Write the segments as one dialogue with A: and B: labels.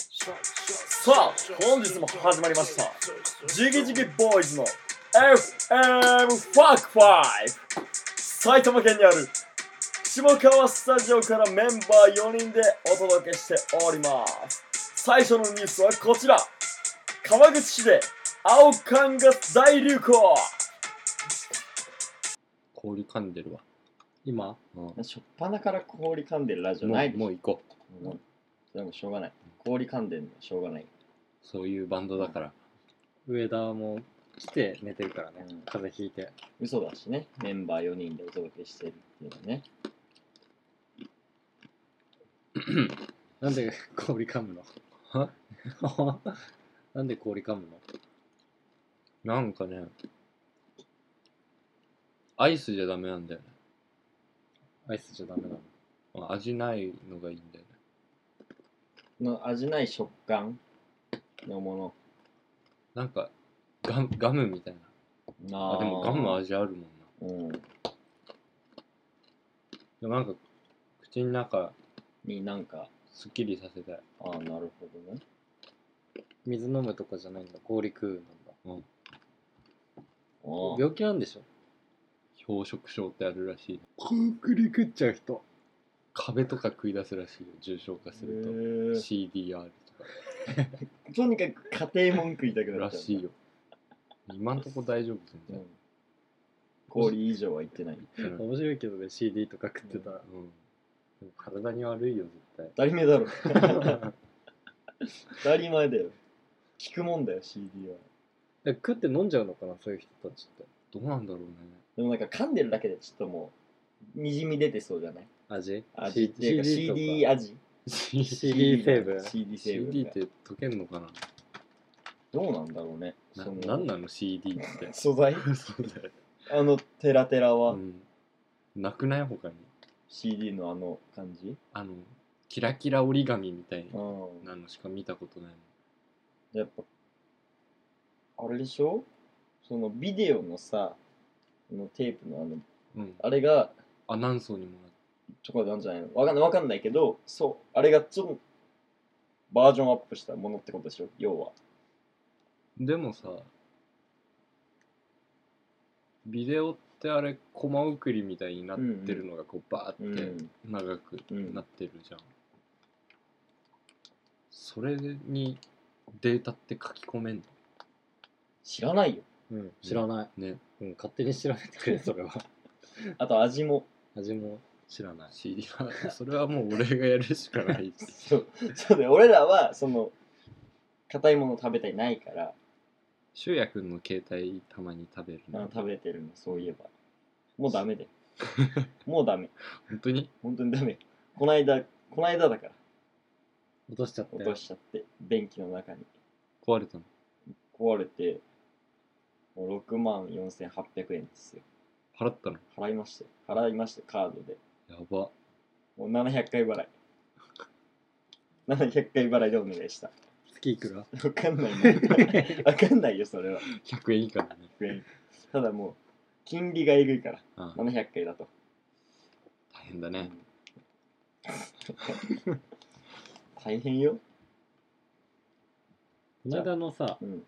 A: さあ本日も始まりましたジギジギボーイズの FM ファクファイブ埼玉県にある下川スタジオからメンバー4人でお届けしております最初のニュースはこちら川口市で青缶が大流行
B: 氷噛んでるわ今、うん、
C: しょっぱなから氷噛んでるラジオ
B: も
C: ないで
B: う
C: しょ
B: もう行こう
C: うんでもしょうがない。氷噛んでんのしょうがない。
B: そういうバンドだから、上田も来て寝てるからね、
C: うん
B: 風邪ひいて
C: 嘘だしね、メンバー4人でお届けしてるっていうのはね。
B: なん で氷噛むのは なんで氷噛むのなんかねアイスじゃダメなんだよねアイスじゃダメなのまあ味ないのがいいんだよね
C: の味ない食感のも
B: なんかガムガムみたいな
C: の。
B: あでもガムは
C: 味。
B: 味あるも
C: うん。
B: んなでもなんか口の中
C: になんか、
B: すっきりさせたい
C: ああ、なるほどね。
B: 水飲むとかじゃないんだ氷食うなんだ、
C: あ
B: 病気なんでしょ
A: 氷食症ってあるらしい
B: 氷食っちゃう人
A: 壁とか食い出すらしいよ重症化すると
C: あ。
A: CDR と
C: とにかく家庭文句言いたく
A: か
C: な
A: ら
C: っちゃう
A: しいよ今んとこ大丈夫全然
C: うん氷以上は言ってない。
B: 面白いけどね CD とか食ってたら、
A: うんでも体に悪いよ絶
C: 当たり前だろ。
A: 対
C: 当たり前だよ。聞くもんだよ、CD は。
B: え食って飲んじゃうのかなそういう人たちって
A: どうなんだろうね
C: でもなんか噛んでるだけでちょっともう、にじみ出てそうじゃない
B: 味
C: 味っていうか CD
B: とか
C: 味
B: CD 成分
C: CD 成
A: CD
C: 分
A: って溶けんのか
C: どうなんだろうね
A: な
C: その
A: ななんなの CD って
C: 素材
A: そうだよ
C: あのテラテラは、
A: うんなくない他に
C: CD のあの感じ
A: あのキラキラ折り紙みたい
C: うん
A: なのしか見たことない
C: やっぱあれでしょそのビデオのさあのテープのあの
A: もんうん
C: あれが
A: あ何層にもなって
C: チョコでなんじゃないのわかんないわかんないけどそうあれがちょっとバージョンアップしたものってことでしょ要は
A: でもさビデオってあれコマ送りみたいになってるのがこうバ
C: う
A: ーって
C: ん
A: 長く
C: うん
A: なってるじゃん、それにデータって書き込めんの
C: 知らないよ
B: うん知らない、
A: ね
B: うん勝手に調べてくれそれ は
C: あと味も
B: 味も知らない
A: CD は それはもう俺がやるしかないし
C: そうそうだよ俺らはその硬いもの食べたりないから
A: 柊也くんの携帯たまに食べる
C: あ
A: の
C: 食べてるのそういえばもうダメ でもうダメ
A: 本当に
C: 本当にダメこないだこないだだから
B: 落としちゃって
C: 落としちゃって便器の中に
A: 壊れたの
C: 壊れてもう6万4800円ですよ
A: 払ったの
C: 払いましたよ払いましたよカードで
A: やば
C: もう700回払い700回払いでお願いした
B: 月いく ら
C: わかんないなわかんないよそれは
A: 100円以下だね
C: ただもう金利がえぐいから
A: ああ
C: 700回だと
A: 大変だね
C: うん 大変よ。
B: この間のさ
C: うん。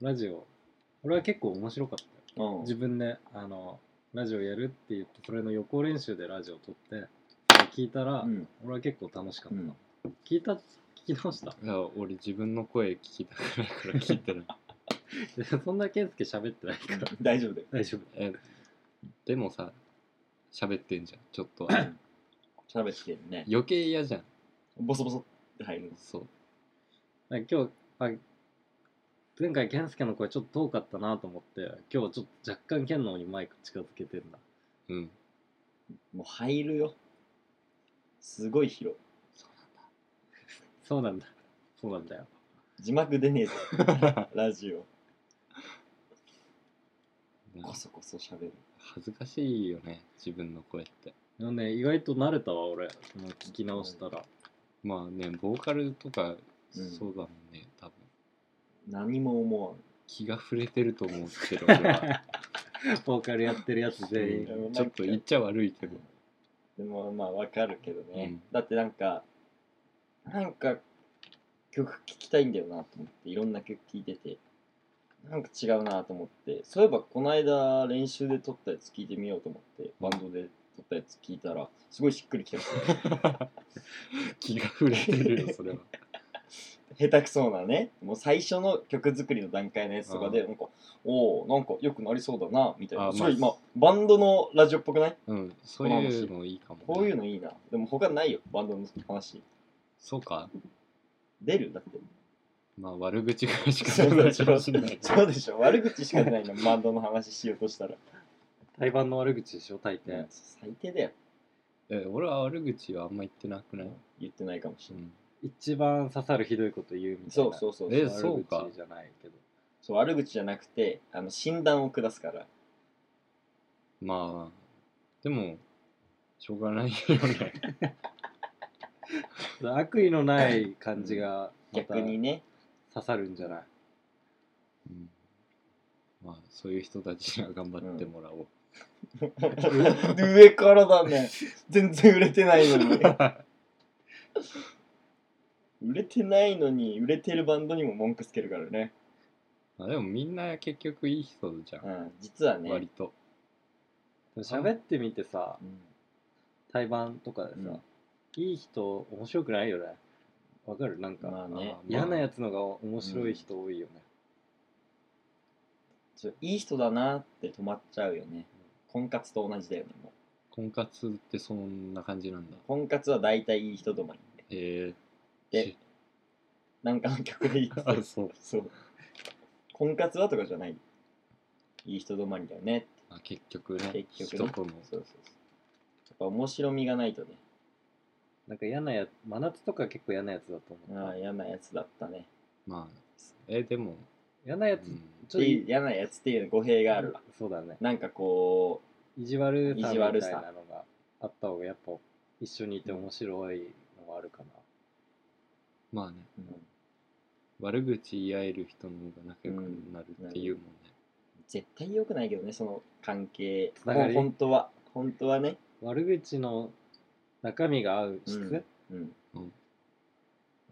B: ラジオ俺は結構面白かったよ
C: うん
B: 自分であのラジオやるって言ってそれの予行練習でラジオ撮って聞いたら、
C: うん
B: 俺は結構楽しかった、
C: うん
B: 聞いた聞き直した
A: いや俺自分の声聞きたくないから聞いてない
B: そんな健介喋ってないから
C: 大丈夫だよ。
B: 大丈夫
A: えでもさ喋ってんじゃんちょっと あ
C: 喋ってきてるね。
A: 余計嫌じゃん
C: ボソボソって入るの。
A: そう
B: 今日あ前回健介の声ちょっと遠かったなと思って今日はちょっと若干健の方にマイク近づけてんだ
A: うん
C: もう入るよ。すごい広い。
B: そうなんだそうなんだよ
C: 字幕出 ねえぞ。ラジオ。こそこそ喋る。
A: 恥ずかしいよね自分の声って
B: でもね意外と慣れたわ俺その聞き直したら
A: まあねボーカルとか
C: うん
A: そうだもんね、多分
C: 何も思わん。
A: 気が触れてると思って る俺は
B: ボーカルやってるやつ全員
A: うんちょっと言っちゃ悪いけ ど
C: でもまあわかるけどね、
A: うん
C: だってなんかなんか曲聴きたいんだよなと思っていろんな曲聴いててなんか違うなと思ってそういえばこの間練習で撮ったやつ聴いてみようと思ってバンドで撮ったやつ聴いたらすごいしっくりきた下
B: 気が触れてるよそれは
C: 手くそなねもう最初の曲作りの段階のやつとかでなんかおおんかよくなりそうだなみたい
B: あ
C: な
B: ます
C: ごい、まあ、バンドのラジオっぽくない
B: うんそういうのいいかも、ね、
C: こういうのいいなでも他ないよバンドの話
B: そうか
C: 出るだって
B: まあ悪口ぐらいしか
C: そう
B: 友
C: でし
B: 達
C: ょ
B: はしない
C: そうでしょ悪口しか出ないのバンドの話しようとしたら、
B: 台湾の悪口でしょ大抵、
C: 最低だよ
B: え俺は悪口はあんま言ってなくない、
C: 言ってないかもし
B: う
C: れない、
B: ん、
D: 一番刺さるひどいこと言うみたい
C: そ
D: な
C: うそうそう
B: え
C: そう
B: そうか
D: 悪口じゃないけど
C: そう悪口じゃなくてあの診断を下すから
B: まあでもしょうがないよね
D: 悪意のない感じがまた
C: 逆に
D: 刺
C: ね
D: さるんじゃない、
B: うんまあそういう人たちには頑張ってもらおう、
C: 上からだね全然売れてないのに 売れてないのに売れてるバンドにも文句つけるからね、
B: まあ、でもみんな結局いい人じゃ、
C: うんん、実はね、
B: 割と
D: 喋ってみてさ
C: うん
D: 対バンとかでさ、いい人面白くないよねわかるなんか、
C: まあね
B: あ
D: 嫌なやつのが面白い人多いよね、
C: そういい人だなって止まっちゃうよね婚活と同じだよねも
B: 婚活ってそんな感じなんだ
C: う婚活は大体いい人止まり
B: へえ
C: でなんかの曲で言ってた
B: あそう
C: そう婚活はとかじゃないいい人止まりだよねって
B: あ結局ね
C: 結局
B: 人
C: ね
B: との
C: そうそうそうやっぱ面白みがないとね
D: なんか嫌なや真夏とか結構嫌なやつだと思
C: あ
D: っ
C: あ
D: た
C: 嫌なやつだったね
B: まあえでも、
D: 嫌なや
B: う
D: つ、
B: ん
D: ち
C: ち
D: ょ
C: ょ
D: っ
C: っ
D: と
C: と嫌なやつっていう語弊があるわ、
D: そうだね
C: なんかこ
D: 意地悪さ
C: 意地
D: みたい
C: 悪さ
D: なのがあった方がやっぱ一緒にいて面白いのはあるかな、
B: まあね
C: う、
B: 悪口言い合える人の方が仲良くなるっていうもんね、
C: 絶対良くないけどねその関係
D: つな
C: も
D: が
C: う
D: り
C: 本当は本当はね、
D: 悪口の中身が合う質、
C: うん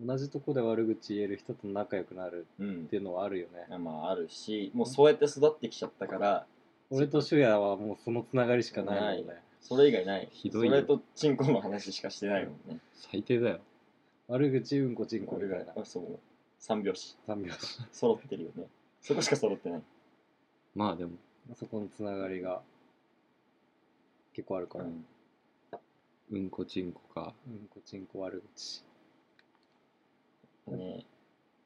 D: 同じとこで悪口言える人と仲良くなる
C: うん
D: っていうのはあるよね、
C: まああるしもうそうやって育ってきちゃったから
D: 俺と修也はもうそのつながりしかないもん
C: な
D: ね
C: それ以外ない
B: ひどいよ
C: それとチンコの話しかしてないもんね
B: 最低だよ
D: 悪口うんこちんこ
C: 俺
D: みたい
C: が
D: な
C: あそう三拍子
D: 三拍子
C: 揃ってるよねそこしか揃ってない、
B: まあでも
D: そこのつながりが結構あるから、うん、
B: うんこちんこか
D: こちんこ悪口
C: ね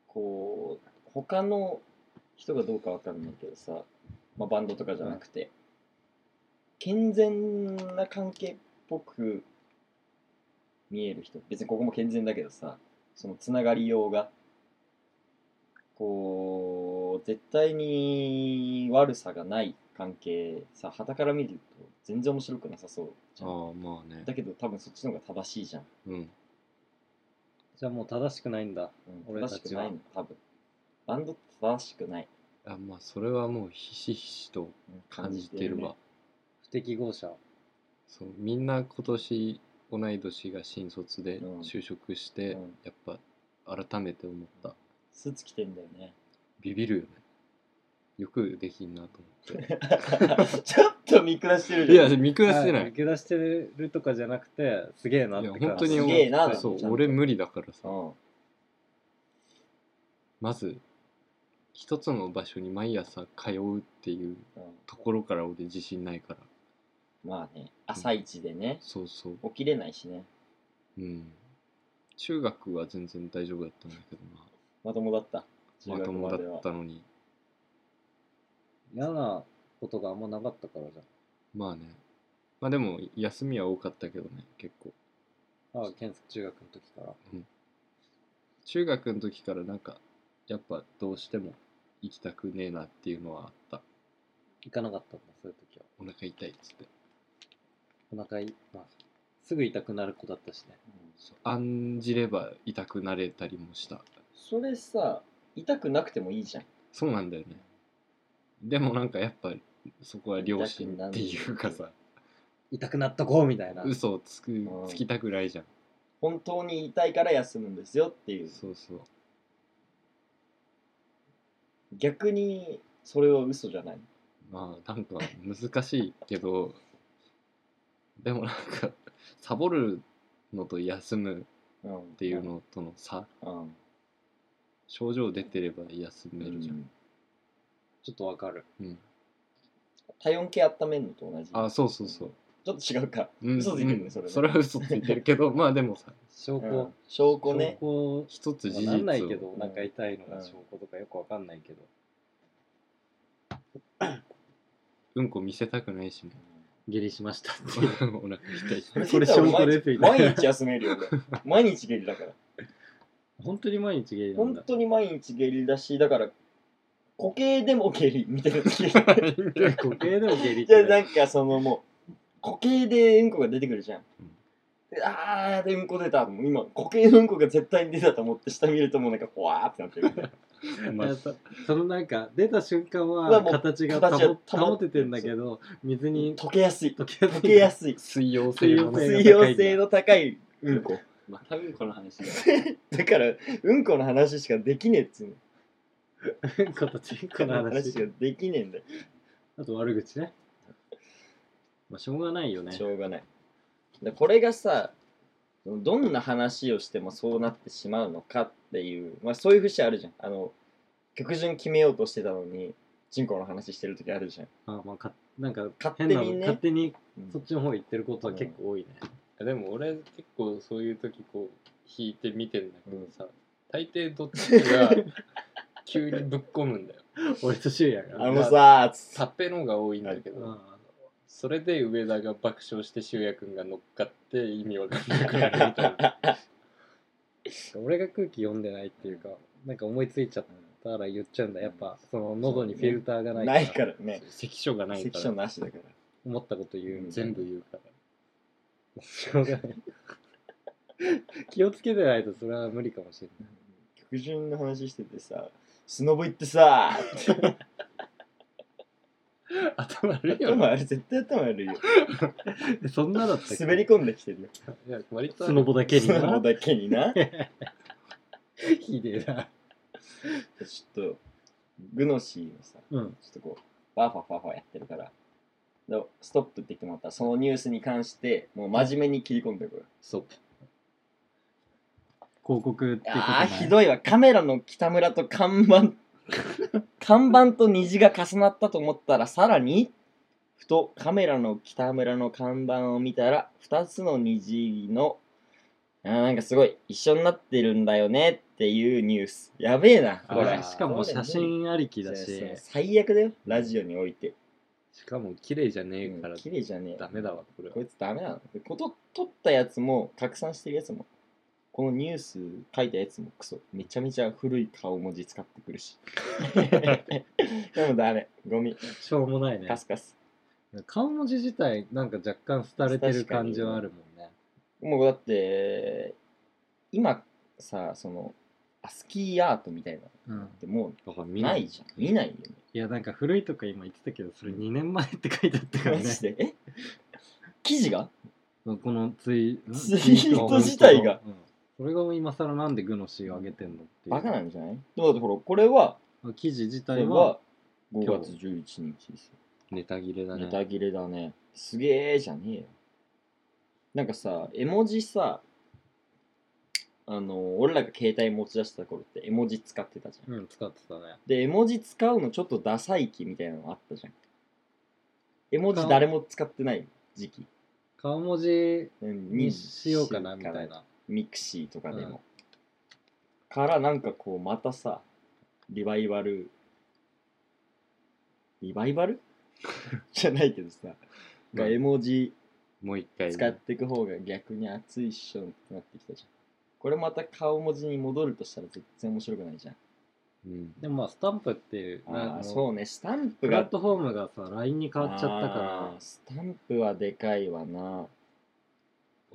C: こう他の人がどうかわかんないけどさ、まあ、バンドとかじゃなくて、健全な関係っぽく見える人別にここも健全だけどさそのつながりようがこう絶対に悪さがない関係さ傍から見ると全然面白くなさそうじゃん
B: ああまあね
C: だけど多分そっちの方が正しいじゃん、
B: うん
D: じゃあもう正しくないんだ
C: うん、
D: 俺
C: 正
D: た
C: しく
D: ちは
C: ないの多分バンドって正しくない
B: あまあそれはもうひしひしと感じてるわ、
D: 不適合者
B: そうみんな今年同い年が新卒で
C: うん
B: 就職して、
C: うん
B: やっぱ改めて思った
C: スーツ着てんだよね
B: ビビるよねよくできんなと思って
C: ちょっと見下してる
B: い
C: じゃ
B: や
C: ん
B: 見下してない、
D: はい抜け出してるとかじゃなくてすげえなって
B: いや
D: 感じ
B: 本当に
C: すげえな
B: 俺そう
C: ちゃんと
B: 俺無理だからさ、
C: うん
B: まず一つの場所に毎朝通うっていう
C: うん
B: ところから俺自信ないから
C: まあね朝一でね、
B: そうそう
C: 起きれないしね
B: うん中学は全然大丈夫だったんだけど
C: まともだった
B: なまともだ
C: 中学ま
B: っ
C: で
B: た
C: は
B: のに
D: 嫌なことがあんまなかったからじ
B: まあねまあでも休みは多かったけどね結構
D: ゃんああ健介中学の時から
B: 中学の時からなんかやっぱどうしても行きたくねえなっていうのはあった
D: 行かなかったんだそういう時は
B: お腹痛いっつって
D: お腹い、まあ、すぐ痛くなる子だったしね
C: うん
B: そう案じれば痛くなれたりもした
C: それさ痛くなくてもいいじゃん
B: そうなんだよねでもなんかやっぱそこは良心っていうかさ
D: 痛くなっとこうみたいな
B: 嘘をつく
C: ん
B: つきたくないじゃん
C: 本当に痛いから休むんですよっていう
B: そうそう
C: 逆にそれは嘘じゃない
B: まあなんか難しいけどでもなんかサボるのと休む
C: うんっ
B: っていうのとの差
C: うん
B: 症状出てれば休めるじゃん、
D: ちょっとわかる。
B: うん、
C: 体温計温めるのと同じ
B: あそうそうそう、
C: ちょっと違うか
B: うん、
C: 嘘ついてるね
B: うん
C: それね
B: は嘘ついてるけどまあでもさ
D: 証
C: う
D: 拠
C: ん。証拠
D: 証
C: ね
D: 拠
B: 一つ事
D: わかんないけ
B: 実を
D: ど、お腹痛いのが証拠とかよくわかんないけど。
B: うんこ見せたくない しね
D: 下痢しましたっ
B: お
D: ていう。
B: 腹痛いし
D: これ証拠
C: 毎
D: で
C: 日
D: すよ
C: 毎日休めるよ俺毎日下痢だから
D: 本当に毎日下痢なん
C: 本
D: だ。
C: 当に毎日下痢だしだから固形でも下痢みたいな
D: で固形でも下痢っ
C: いや
D: てな。
C: ないんかそのもう固形でうんこが出てくるじゃん、
B: うん
C: であーでうんこ出たもう今固形のうんこが絶対に出たと思って下見るともうなんかほわーってなってるみたいな
B: ま
D: い や
B: あ
D: そそのなんか出た瞬間
C: まあ
D: は
C: もう
D: 形が
C: 形は
D: 保
C: 保
D: 保ててんだけど水に
C: 溶けやすい
D: 溶け
C: 溶けや
D: す
C: すい
B: 水溶性の
D: 水溶性
B: ね
C: 水溶性の高いうんこ
B: またうんこの話だ
C: だからうんこの話しかできねえっつうの
D: いことちんこの
C: 話しか
D: 話
C: できねえんだよ
D: あと悪口ねまあしょうがないよね
C: しょうがないでこれがさどんな話をしてもそうなってしまうのかっていう、まあ、そういう節あるじゃんあの曲順決めようとしてたのにチンコの話してる時あるじゃん、
D: あまあかなんか
C: 勝手
D: 変な
C: にね
D: 勝手に
C: うん
D: そっちの方行ってることは結構多いね
B: でも俺結構そういう時こう引いて見てんだけどさ、大抵どっ ちかが急にぶっ込むんだよ
D: 俺と柊也が
C: あのさーつ
B: タッペの方が多いんだけど、
D: あ
B: それで上田が爆笑して修也くんが乗っかって意味わかんなくなるみたい な
D: あ俺が空気読んでないっていうかなんか思いついちゃったから言っちゃうんだやっぱその喉にフィルターがない
C: ないからね
B: 関所が ない
C: 関
B: か
C: 所
B: ら
C: なしだから
D: 思ったこと言うみたい
B: 全
D: な
B: 部言うから
D: しょうがない気をつけてないとそれは無理かもしれない
C: 曲順の話しててさスノボ行ってさーって
B: 頭悪 いよ
C: 頭
B: な
C: あれ絶対頭悪いよ
D: えそんなだったっけ
C: 滑り込んできてるよ
B: いや割とあ
D: ス
B: る
D: ノボだけに
C: スノボ
D: な。
C: だけにな
D: ひでえな。
C: ちょっと、グノシーのさ、
D: うん
C: ちょっとこう、ワーファーファーファーやってるから、でストップって言ってもらったら、そのニュースに関して、もう真面目に切り込んでくる。
B: そう
D: 広告ってこと
C: ああ、ひどいわ。カメラの北村と看板、 看板と虹が重なったと思ったら、さらに、ふとカメラの北村の看板を見たら、2つの虹の、あーなんかすごい、一緒になってるんだよねっていうニュース。やべえな、こ
B: あ
C: れ
B: ー。
D: しかも写真ありきだ
C: そう
D: し
C: そう、最悪だよ、ラジオにおいて。
B: しかも綺麗じゃねえ
C: うん
B: から
C: 綺麗じゃねえ
B: ダメだわこれは
C: こいつダメなのでこと撮ったやつも拡散してるやつもこのニュース書いたやつもクソめちゃめちゃ古い顔文字使ってくるし でもダメゴミ
D: しょうもないね
C: カ。スカス
D: 顔文字自体、なんか若干廃れてる感じはあるもんね。
C: もうだって今さそのアスキーアートみたいなの
D: うん、
C: っても
B: だか
C: う
B: ら見
C: ないじゃん見ないよね
D: いやなんか古いとか今言ってたけどそれ2年前って書いてあった から
C: マ
D: ね
C: ジでえ記事が
D: このツイん
C: ツイート自体が、
D: うんそれが今更なんでグの詩を上げてんのっていう
C: バカなんじゃないでもだってほらこれは
D: 記事自
C: こ
D: 体
C: れ
D: は
C: は5月11日ですよ
B: ネタ切れだ
C: ネ
B: ね
C: タ切れだね。すげえじゃねえよ。なんかさ、絵文字さ、あの、俺らが携帯持ち出した頃って絵文字使ってたじゃん。
D: うん使ってたね
C: で、絵文字使うのちょっとダサい気みたいなのあったじゃん。絵文字誰も使ってない時期
D: 顔文字
C: うん
D: にしようかなみたい。な
C: ミクシーとかでも。からなんかこう、またさ、リバイバル、リバイ バルじゃないけどさ、が絵文字、
B: もう一回
C: 使っていく方が逆に熱いっしょってなってきたじゃん。これまた顔文字に戻るとしたら絶対面白くないじゃん。
B: うん
D: でもまあスタンプっていう
C: あ
D: あの
C: あ、そうね、スタンプ
D: プラ
C: が
D: ットフォームがさ LINE に変わっちゃった
C: あ
D: か
C: ースタンプはでかいわな。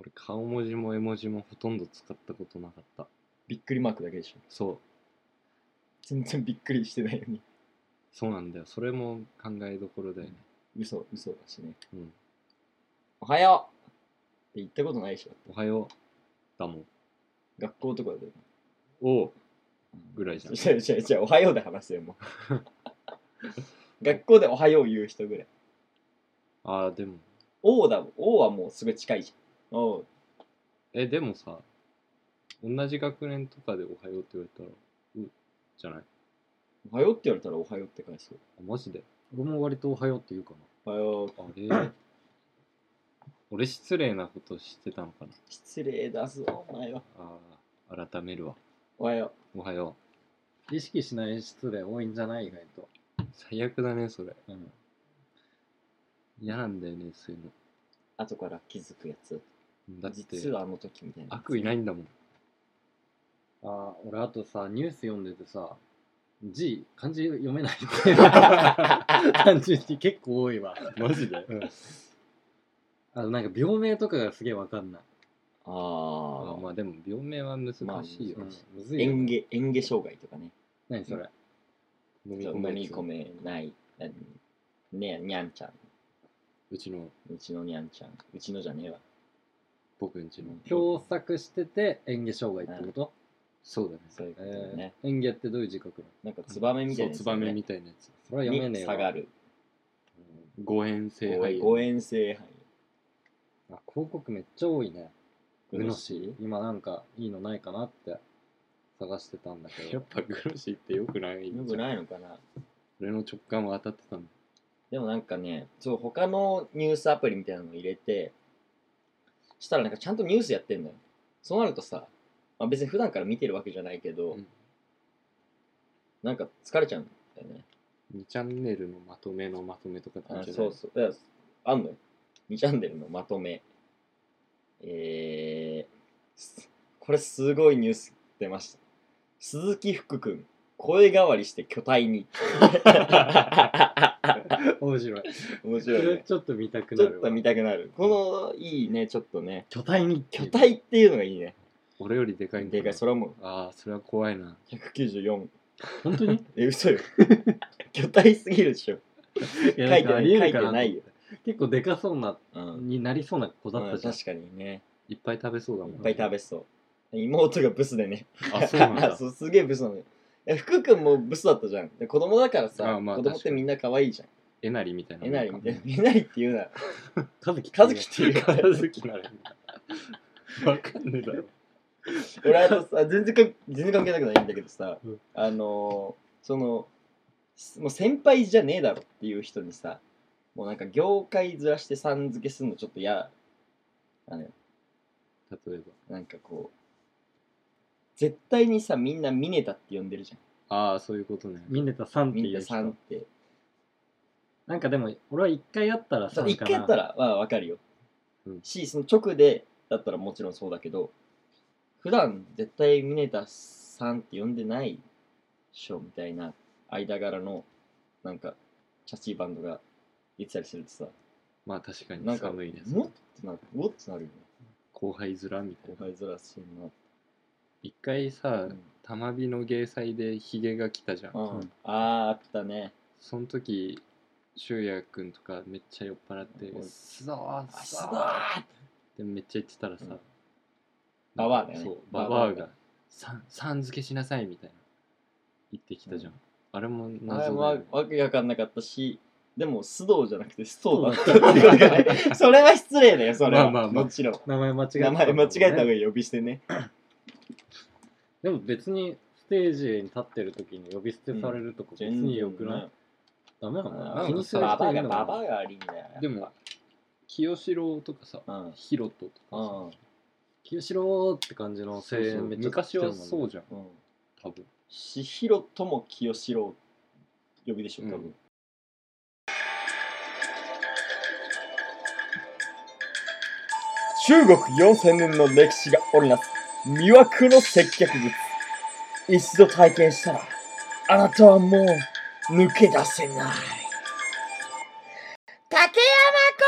B: 俺顔文字も絵文字もほとんど使ったことなかった
C: びっくりマークだけでしょ。
B: そう
C: 全然びっくりしてないのに。
B: そうなんだよそれも考えどころだよね
C: 嘘、嘘だしね。
B: うん
C: おはようって言ったことないでしょ。
B: おはようだもん
C: 学校とかで。
B: おうぐらいじゃん。
C: 違う違う違う、おはようで話せよ、も う。学校でおはよう言う人ぐらい。
B: ああ、でも、
C: おうだもん、おうはもうすぐ近いじゃん。おう。
B: え、でもさ、同じ学年とかでおはようって言われたら、う、じゃない
C: おはようって言われたらおはようって返すよ。
B: あ、マジで
D: 僕も割とおはようって言うか
C: おはよう。
B: あれ 俺失礼なことしてたのかな
C: 失礼だぞ、お前は。
B: ああ、改めるわ。
C: おはよ
B: おはよ
D: な。意識しない失礼多いんじゃない意外と。
B: う。最悪だね、それ。
D: うん。
B: 嫌なんだよね、そういうの。
C: う。後から気づくやつ。
B: だって、
C: 実はあの時みたいな。
B: 悪意ないんだもん。
D: ああ、俺あとさ、ニュース読んでてさ、字、漢字読めない って。単純に結構多いわ。
B: マジで
D: うん。あの、なんか病名とかがすげえわかんない。
B: あ
C: あ
B: まあでも、病名は難しいよ。
C: まあ
D: うん
C: 難、
D: む
C: あ。
D: ずいよね。
C: 演芸、演芸障害とかね。
D: 何それ。
B: 飲み
C: 飲
B: 込め
C: み込
B: や
C: めない。何ねにゃんちゃん。
B: つうちの、
C: うちのにゃんちゃん。うちのじゃねえわ。
B: 僕んちの。
D: 共作してて演芸障害ってこと、
B: そうだね。
C: そういうこと
D: え
C: だ
D: ー
C: ね。
D: 演芸ってどういう字書くの
C: なんかツバメみたいなや
B: そう、
C: つ
B: ツ
C: だ
B: バ
C: ね、
B: メみたいなやつ。
D: それは読めね
C: に
D: え
C: 下が
D: わ。
C: る。
B: 誤嚥性肺炎。
C: 誤嚥性肺
D: あ広告めっちゃ多いね。
C: 炎。
D: うのし今なんかいいのないかなって探してたんだけ
B: や
D: ど
B: っ。ぱグロシーってよくない
C: よくないのかな
B: 俺の直感は当たってたの。
C: でもなんかね、そう、他のニュースアプリみたいなのを入れて、したらなんかちゃんとニュースやってんだよ。そうなるとさ、まあ、別に普段から見てるわけじゃないけど、
B: うん
C: なんか疲れちゃうんだよね。
B: 2チャンネルのまとめのまとめとかってあ
C: あ
B: るじゃな
C: そ
B: い
C: うそう。だからあんのよ。2チャンネルのまとめ。えー、すこれすごいニュース出ました。鈴木福君、声変わりして巨体 に。
D: 面白い。
C: 面
D: そ
C: 白い
D: れ
C: ね。
D: ちょっと見たく
C: ち
D: な
C: ょ
D: る
C: っ
D: わ
C: と見たくなる。この、いいね、ちょっとね。
D: 巨体に
C: 巨体っていうのがいいね。
B: 俺よりでかいんだ
C: でかい、それはも
B: ああ、それは怖いな。
C: う194。
D: 本当に
C: え、嘘よ。巨体すぎるでしょ。
D: 書い
C: 書いてない、書いてないいよ。
D: 結構でかそうな
C: うん。
D: になりそうな子だ
C: ま
D: っ
C: あ
D: たじゃん、
C: 確かにね。
B: いっぱい食べそうだもん。
C: いっぱい食べそう。妹がブスでね。
B: あ、 そうなん だ。
C: そうすげえブスなのよ。いや福君もブスだったじゃん。で子供だからさ、
B: あまあ
C: 子供ってみんな可愛いじゃん。
B: えなりみたいな。
C: えなりみたいな。えなりって言うな。
D: カズキ
C: 和樹っていうか。
B: 片付きなら。わかんねえだろ。
C: 俺あとさ、全然か全然関係なくないんだけどさ
B: うん、
C: あのー、その、もう先輩じゃねえだろっていう人にさ、もうなんか業界ずらしてさん付けするのちょっと嫌なのよ。
B: 例えば。
C: なんかこう、絶対にさ、みんなミネタって呼んでるじ
B: ああ、そういうことね。
D: ミネタさん
C: ゃ
D: っ
C: ん。
D: て
C: みん
D: い
C: な
D: う
C: さんっ
D: 人
C: て。
D: なんかでも俺は一回やったらさ
C: そう一回やったらまあわかるよ、
B: うん
C: しその直でだったらもちろんそうだけど普段絶対ミネタさんって呼んでないでしょみたいな間柄のなんかチャチーバンドが言ってたりするとさ
B: まあ確か
C: な
B: に
C: んか
B: 寒いです。
C: もっとなるもっとなるよね
B: 後輩面みた
C: 後
B: いな。
C: 輩面してんな
B: 一回さ
C: うん、
B: 玉火の芸祭でヒゲが来たじゃん。
C: うん
D: うん
C: あーあったね
B: その時、修也くんとかめっちゃ酔っ払って
C: う、ん
B: すぞー
C: あ
B: す
C: す
B: ぞ
C: ご
B: ー
C: ー
B: でめっちゃ言ってたらさ、
C: うんババアだよね
B: そう
C: バ
B: バ
C: バ
B: バ
C: ア
B: ア
C: が
B: がさんさん付けしなさいみたいな言ってきたじゃん、
C: う
B: あれも
C: あれ
B: 謎
C: も
B: だ
C: わ
B: よね
C: わけわかんなかったしでも須藤じゃなくて須藤だったっていうわけね それは失礼だよそれは、
B: まあまあまあ
C: もちろん
D: 名前間違え
C: 名
D: たんだ
C: 前
D: もん
C: 間
D: ね
C: 違えた上呼び捨てね。
D: でも別にステージに立ってる時に呼び捨てされるとか別によくない、ダメなのか
B: う
D: なん気にする
C: バ
D: 人
C: バ
D: いる
C: が
D: の
C: バ
D: か
C: バ
D: な
C: が悪いんだよ。
B: でも清志郎とかさ
C: うん、うん、
B: ヒロトとかさ
C: うん、
D: 清志郎って感じの
B: そ
D: 声
B: うそう
D: 援めっちゃ
B: 昔はそう
D: じ
B: じゃん多分
C: しひろともきよしろ呼びでしょ、多
B: う
C: 分
B: ん。
C: 中国4000年の歴史が織りなす魅惑の接客術。一度体験したら、あなたはもう抜け出せない。竹山工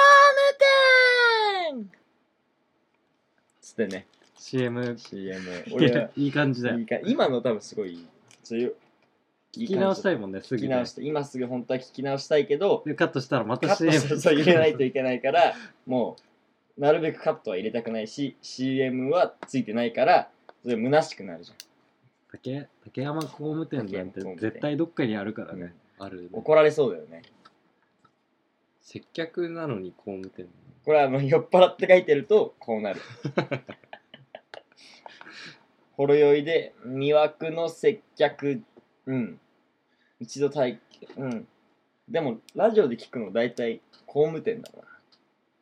C: 務店つってね、
D: CM
C: CM。
D: いい感じだよ
C: いいか今の多分すごい強い
D: 聞き直した
C: い
D: いもんねす
C: 感
D: ぐ
C: じ聞き
D: ね
C: 直して今すぐ本当は聞き直したいけど
D: でカットしたらま
C: カ
D: た
C: ッ
D: CM
C: トそうそう入れないといけないからもうなるべくカットは入れたくないし CM はついてないからそれ虚しくなるじ
D: 竹竹山工務店なんて
C: 竹山工務店
D: 絶対どっかにあるからね、あるね
C: 怒られそうだよね
B: 接客なのに工務店
C: これはあの酔っ払って書いてるとこうなるほろ酔いで魅惑の接客うん一度体験うんでもラジオで聞くの大体工務店だな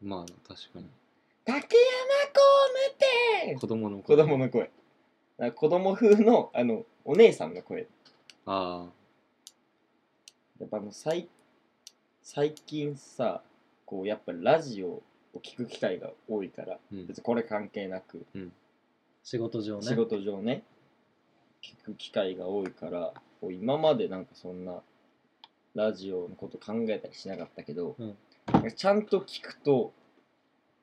B: まあ確かに
C: 竹山工務店
B: 子供の
C: 子供の声あ子供風のあのお姉さんの声
B: ああ
C: やっぱあの最最近さこうやっぱラジオを聞く機会が多いから、
B: うん
C: 別にこれ関係なく
D: 仕事上ね
C: 仕事上ね聞く機会が多いからこう今までなんかそんなラジオのこと考えたりしなかったけど、
D: うん
C: なんかちゃんと聞くと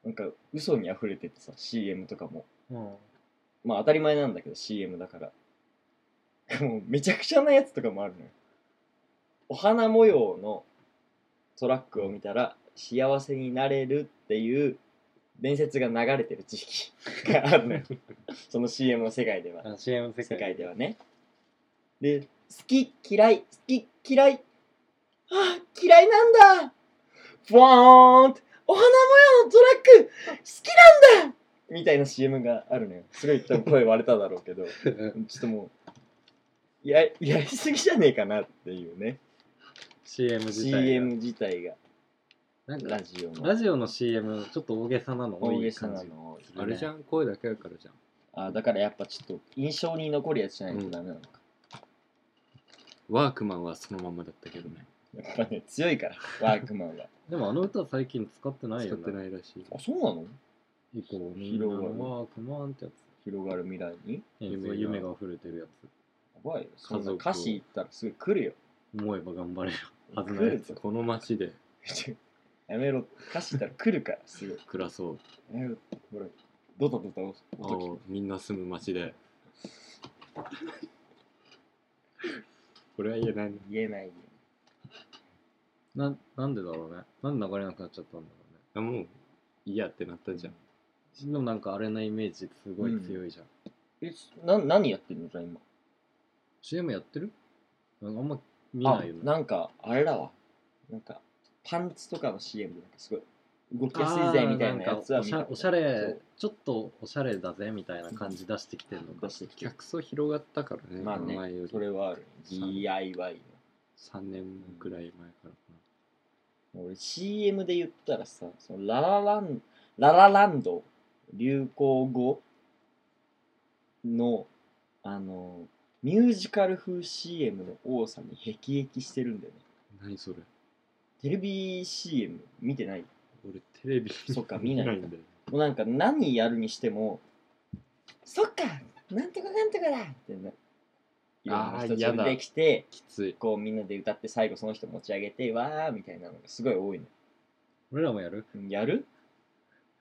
C: なんか嘘に溢れててさ CM とかも
D: うん、
C: まあ当たり前なんだけど CM だから。 もうめちゃくちゃなやつとかもあるのよ。お花模様のトラックを見たら幸せになれるっていう伝説が流れてる知識がある のよ。その CM の世界では。
D: あ CM 世界
C: 世界ではね。で、好き嫌い、好き嫌い、あ嫌いなんだボーンって、お花模様のトラック、好きなんだみたいな CM があるのよ。すごい多分声割れただろうけど、ちょっともう、ややりすぎじゃねえかなっていうね。
D: CM 自体が
C: CM 自体が、
D: なんか
C: ラジオの
D: ラジオの CM ちょっと大げさなの多
C: 大げ
D: い
C: さ
D: 感
C: な
D: じ
C: のをするね
B: あれじゃん声だけあるからじゃん
C: あだからやっぱちょっと印象に残るやつじゃないとダメなのか。
B: ワークマンはそのままだったけどね
C: やっぱね、強いから、ワークマンは。
D: でもあの歌最近使ってない
B: 使
D: よ
B: って
D: ね
B: ないらしい
C: あ、そうなの
D: 以降みんな
C: 広がる
D: ワークマンってやつ
C: 広がる未来に
B: 夢
D: 夢
B: が
D: が夢が溢れてるや
C: やばいよ。そんな
B: 家族
C: 歌詞言ったらすぐ来るよ。
D: つ思えば頑張れるはず
C: 来
D: のや
C: る
D: つ
C: ぞ。
B: この街で
C: やめろ。歌詞言ったら来るから、すぐ。
B: 暮らそう
C: やめろ。ほら、ドタドタ
B: あ
C: 音聞
B: ーみんな住む街で これは言えないね
C: 言えないよ。
D: ななんでだろうねなんで流れなくなっちゃったんだろうね
B: あもういいやってなったじゃん
D: でもなんかあれなイメージすごい強いじゃん、
C: え、な、何やってるのじゃあ今。
D: CM やってるなんかあんま見ないよね
C: あなんか、あれだわ。なんか、パンツとかの CM で、なんかすごい、動きやすいぜみたいなやつは
D: あー
C: 見
D: な
C: た
D: んかおしゃおしゃれちょっとおしゃれだぜみたいな感じ出してきてるの
C: そう
D: か
C: 出してきてる。
B: 客層広がったからね,、
C: まあね
B: 前よ、り
C: それはある。DIY の。
B: 3年ぐらい前からか
C: 俺 CM で言ったらさそのララランララランド流行語のあのミュージカル風 CM の多さに辟易してるんだよね
B: な何それ
C: テレビ CM 見てない
B: 俺テレビ
C: そっか見ない
B: んだよ
C: もうなんか何やるにしてもそっかなんとかなんとかだってねいろんな
B: あー
C: 人
B: 嫌
C: 出
B: だ
C: てきて
B: きつい
C: こうみんなで歌って最後その人持ち上げてわーみたいなのがすごい多いの
D: 俺らもやる
C: うんやる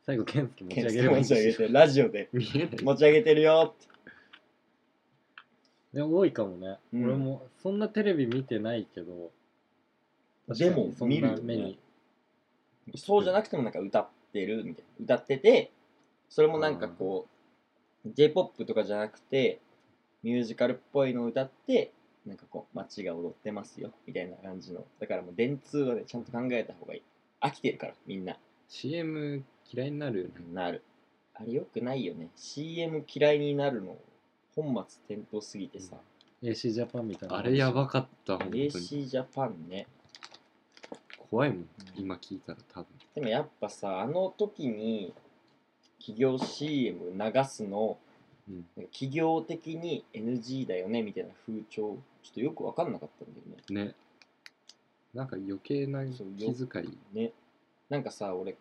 D: 最後健介持ち
C: 持
D: 上
C: ち
D: げればいい
C: 上げ
D: して
C: ラジオで
B: 見えない
C: 持ち上げてるよって
D: でも多いかもね、
C: うん
D: 俺もそんなテレビ見てないけど
C: でも
D: 確かにそんな
C: 見
D: 目
C: るよね
D: に
C: そうじゃなくてもなんか歌ってるみたいな歌っててそれもなんかこう j p o p とかじゃなくてミュージカルっぽいのを歌ってなんかこう街が踊ってますよみたいな感じのだからもう電通はねちゃんと考えた方がいい飽きてるからみんな
B: CM 嫌いになるよね
C: なるあれよくないよね CM 嫌いになるの本末転倒すぎてさ、
D: AC ジャパンみたいな
B: あれやばかった本当に
C: AC ジャパンね
B: 怖いもん今聞いたら多分
C: でもやっぱさあの時に企業 CM 流すの
B: うん
C: 企業的に NG だよねみたいな風潮ちょっとよく分かんなかったんだよね
B: ねなんか余計な気
C: そう
B: 遣
C: よ
B: い
C: ねなんかさ俺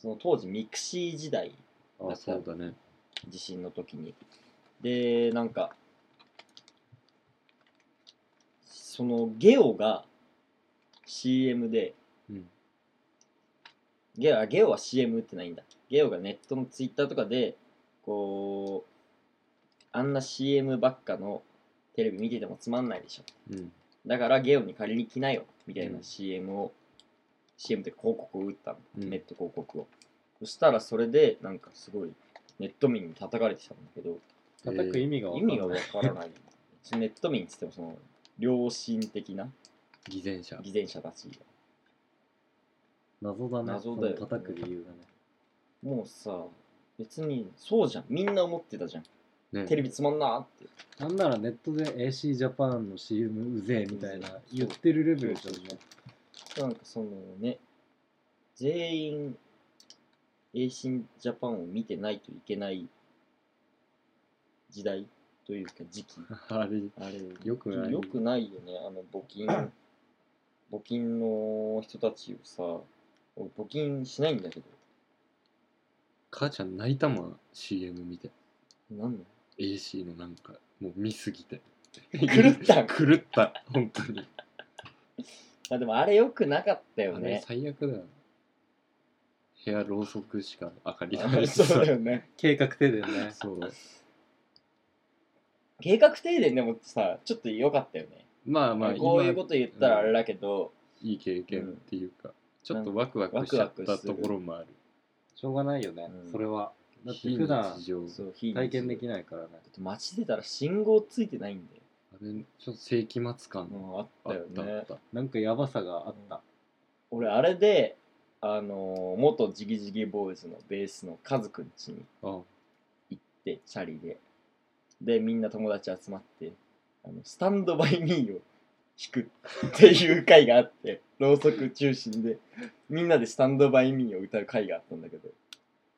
C: その当時ミクシー時代
B: あそうだね
C: 地震の時にでなんかそのゲオが CM で
B: うん
C: ゲオあゲオは CM 打ってないんだゲオがネットのツイッターとかでこうあんな CM ばっかのテレビ見ててもつまんないでしょ
B: うん
C: だからゲオに借りに来なよみたいうなん CM を、CM って広告を打ったの、
B: うん
C: ネット広告をそしたらそれでなんかすごいネット民に叩かれてたんだけど
D: 叩く意味がわ
C: 意
D: かんない
C: 味がわからない。ネット民って言っても、その、良心的な
B: 偽善者
C: 偽善者たち。
D: 謎だね
C: 謎だよ
D: その叩く理由がね
C: もうさ、別に、そうじゃん。みんな思ってたじゃん。
B: ね
C: テレビつまんなーって。
D: なんならネットで AC ジャパンの CM うぜえみたいな言ってるレベルじゃんね
C: なんかそのね、全員、エイシンジャパンを見てないといけない時代というか時期。
D: あれ
C: あれ、
D: よくない
C: よくないよね。あの、募 金、募金の人たちをさ、俺募金しないんだけど、
B: 母ちゃん泣いたもん CM 見て
C: なんの
B: AC のなんかもう見すぎて
C: 狂ったん
B: 狂った本当に
C: あ、でもあれよくなかったよ
B: あれ
C: ね。
B: 最悪だよ部屋ろうそくしか明かりな
C: あ
B: い
C: れ
B: しさ
C: そうだよね。
D: 計画停電ね
B: そう
C: 計画停電でもさ、ちょっと良かったよね。
B: まあまあ今
C: こういうこと言ったらあれだけど、
B: いい経験っていうか、ちょっとワクワクしちゃったところもある
D: しょうがないよね、
C: うん
D: それはだって
B: 非
D: 普段
B: 日常あ
C: そう、非日常
D: 体験できないからね
C: だって街出たら信号ついてないんだよ。
B: れちょっと世紀末感
C: うん、あっ
B: あ
C: た
B: っ
C: よ
B: たあっ
C: ね。
B: た、
D: なんかやばさがあった、
C: 俺、あれで、あのー元ジギジギボーイズのベースのカズくんちに
B: あ
C: 行って、チャリで。で、みんな友達集まって、あのスタンドバイミーを弾くっていう回があって、ろうそく中心で、みんなでスタンドバイミーを歌う回があったんだけど、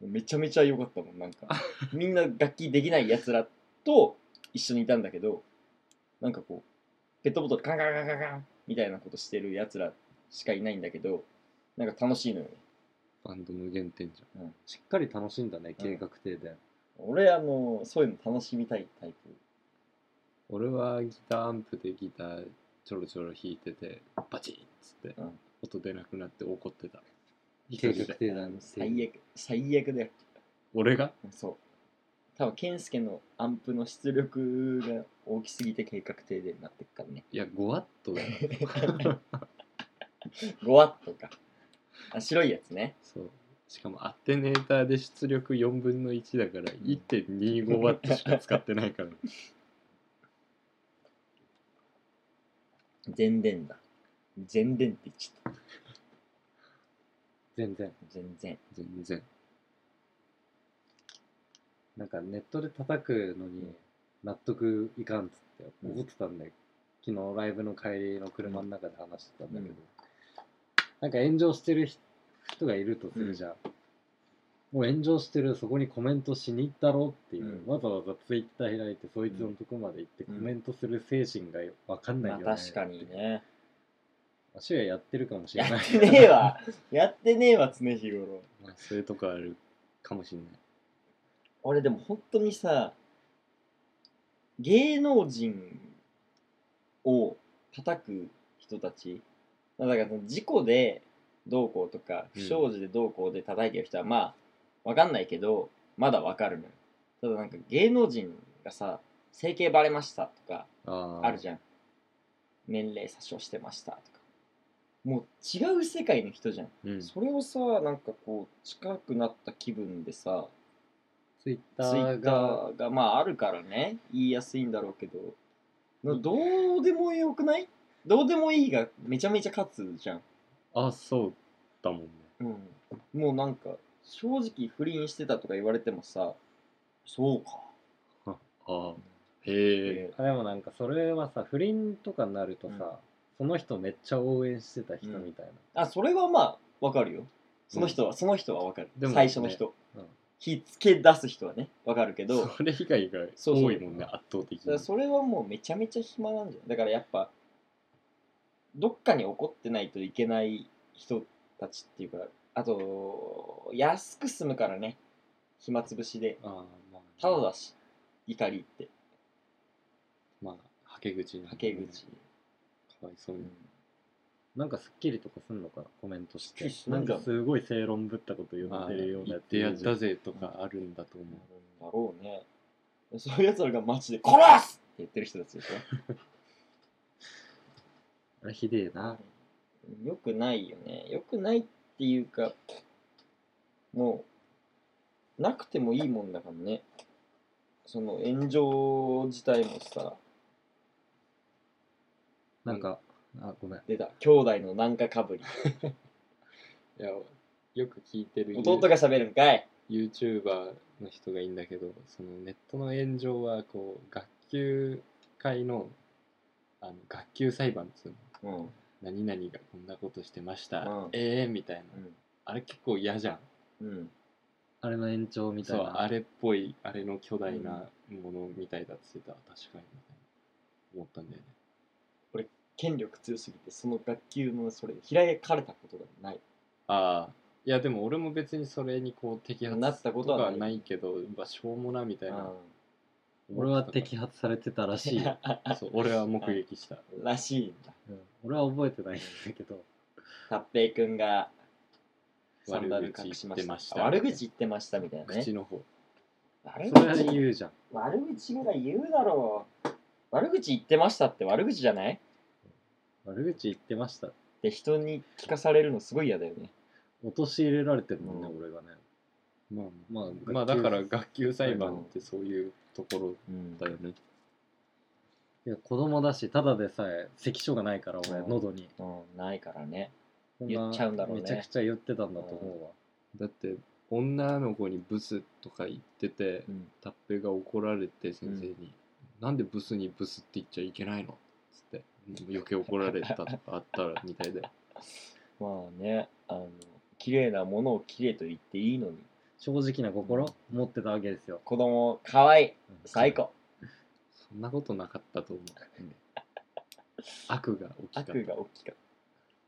C: めちゃめちゃ良かったもん、なんか。みんな楽器できない奴らと一緒にいたんだけど、なんかこう、ペットボトルカンカンカンカンカンみたいなことしてる奴らしかいないんだけど、なんか楽しいのよね。
B: バンドの原点じ
C: うん
D: しっかり楽しんだね計画停電、
C: 俺、あの、そういうの楽しみたいタイプ。
B: ゃん俺はギターアンプでギターちょろちょろ弾いててバチンっつって、
C: うん
B: 音出なくなって怒ってた
D: 計
B: 一人
D: 画
B: で
D: 停電っていう
C: 最悪、最悪だよ。
B: 俺が
C: そう。多分、ケンスケのアンプの出力が大きすぎて計画停電になってっからね。
B: いや5ワットだよ
C: 5ワットか。あ、白いやつね。
B: そうしかもアテネーターで出力4分の1だから1.25ワットしか使ってないから
C: 全電だ。全電って言っちゃった。
D: 全然
C: 全然。
B: 全然
D: なんかネットで叩くのに納得いかんっつって怒ってたんだよ、昨日ライブの帰りの車の中で話してたんだけど、
C: うん
D: なんか炎上してる人人がいるとするじゃん、もう炎上してるそこにコメントしに行ったろっていう、
C: うん
D: わざわざツイッター開いてそいつのとこまで行ってコ
C: うん
D: メントする精神がわかんない
C: ま
D: よ
C: あ
D: ね、
C: 確かにね。
D: わしはやってるかもし
C: や
D: れない
C: ってねえわ。やってねえわ、常日頃。
B: まあ、そういうとこあるかもしんない
C: 俺でも本当にさ、芸能人を叩く人たち、まあだからその事故でどうこうとか、
B: う
C: 不
B: ん
C: 祥事でどうこうで叩いてる人はまあ、わかんないけど、まだわかるのよ。ただなんか芸能人がさ、整形バレましたとか、
B: あー
C: あるじゃん。年齢詐称してましたとか。もう違う世界の人じゃん。
B: うん
C: それをさ、なんかこう、近くなった気分でさ、
D: ツイッタ
C: ツイ
D: ー
C: ッタ
D: が
C: ーがまああるからね言いやすいんだろうけどなどうでもよくないどうでもいいがめちゃめちゃ勝つじゃん、
B: あそうだもんね
C: うん、もうなんか正直不倫してたとか言われてもさそうか
B: ああへえ
C: え
D: あでもなんかそれはさ不倫とかになるとさ、
C: うん
D: その人めっちゃ応援してた人みたいな、
C: あそれはまあわかるよその人は、その人はわかる
B: でもね
C: 最初の人、
D: うん
C: 引っ付け出す人はねわかるけど
B: それ以外が多いもんね圧倒的
C: だから
B: に
C: それはもうめちゃめちゃ暇なんじゃないだからやっぱどっかに怒ってないといけない人たちっていうかあと安く済むからね暇つぶしで
B: ああまあ
C: ただだし怒りって
B: まあはけ口に
C: はけ口、
B: かわいそう
C: う
B: に
C: ん
D: なんかスッキリとかすんのかなコメントして
C: しな
D: ないんかすごい正論ぶったこと言
B: あ
D: っ
B: あ
D: てるような
B: 言
D: や
B: っ
D: つ
B: てやったぜとかあるんだと思
C: な
B: う
C: るんだろうねそういうやつらが街で「殺す!」って言ってる人たちでし
D: あれひでえな
C: ょよくないよねよくないっていうかもうなくてもいいもんだからねその炎上自体もさ
D: なんか、あ、ごめん。
C: 出た兄弟のなんかか ぶり
B: いやよく聞いてる
C: 弟が喋るんかい
B: YouTuber の人がいいんだけどそのネットの炎上はこう学級会のあの学級裁判ですよ
C: うん、うん、
B: 何々がこんなことしてました、
C: うん
B: ええみたいなあれ結構嫌じゃん
C: うん
D: あれの延長みた
B: そ
D: いう
B: あ
D: な。
B: れっぽいあれの巨大なものみたいだって言ってた、確かにみたいな思ったんだよね
C: 権力強すぎてその学級のそれ開かれたことがない
B: ああいやでも俺も別にそれにこう摘発
C: なったことはない
B: とかないけどまあしょうもなみたいな
D: 俺は摘発されてたらしい。
B: 発 そう俺は目撃した
C: うんらしいんだ
D: うん俺は覚えてないんだけど。
C: 達平君がサンダル
B: 悪口
C: 隠し
B: 言
C: ま
B: って
C: した
B: ました
C: 悪口言ってましたみたいなね
B: 口の方
C: 悪
D: それは
C: 口
D: 言うじゃん。
C: 悪口ぐらい言うだろう悪口言ってましたって悪口じゃないっ
D: 悪口言ってました。
C: て人に聞かされるのすごい嫌だよね
D: 陥れられてるもんね、
C: う
D: 俺がね。
B: まあ
D: まあ、
B: まあだから学級裁判ってそういうとこ
C: うん
B: ろだよね
D: いや子供だしただでさえ咳症がないから俺
C: うん
D: 喉に
C: うんないからね
D: そな
C: 言っちゃうんだろうね
D: めちゃくちゃ言ってたんだと思うわ
B: だって女の子にブスとか言ってて
C: うん
B: タッペが怒られて先生に、なんでブスにブスって言っちゃいけないの?」っつって余計怒られたとかあったらみたいで
C: まあねあの綺麗なものを綺麗と言っていいのに
D: 正直な心持ってたわけですよ
C: 子供可愛い最高
B: そんなことなかったと思う、悪が大きかった
C: 悪が大きかっ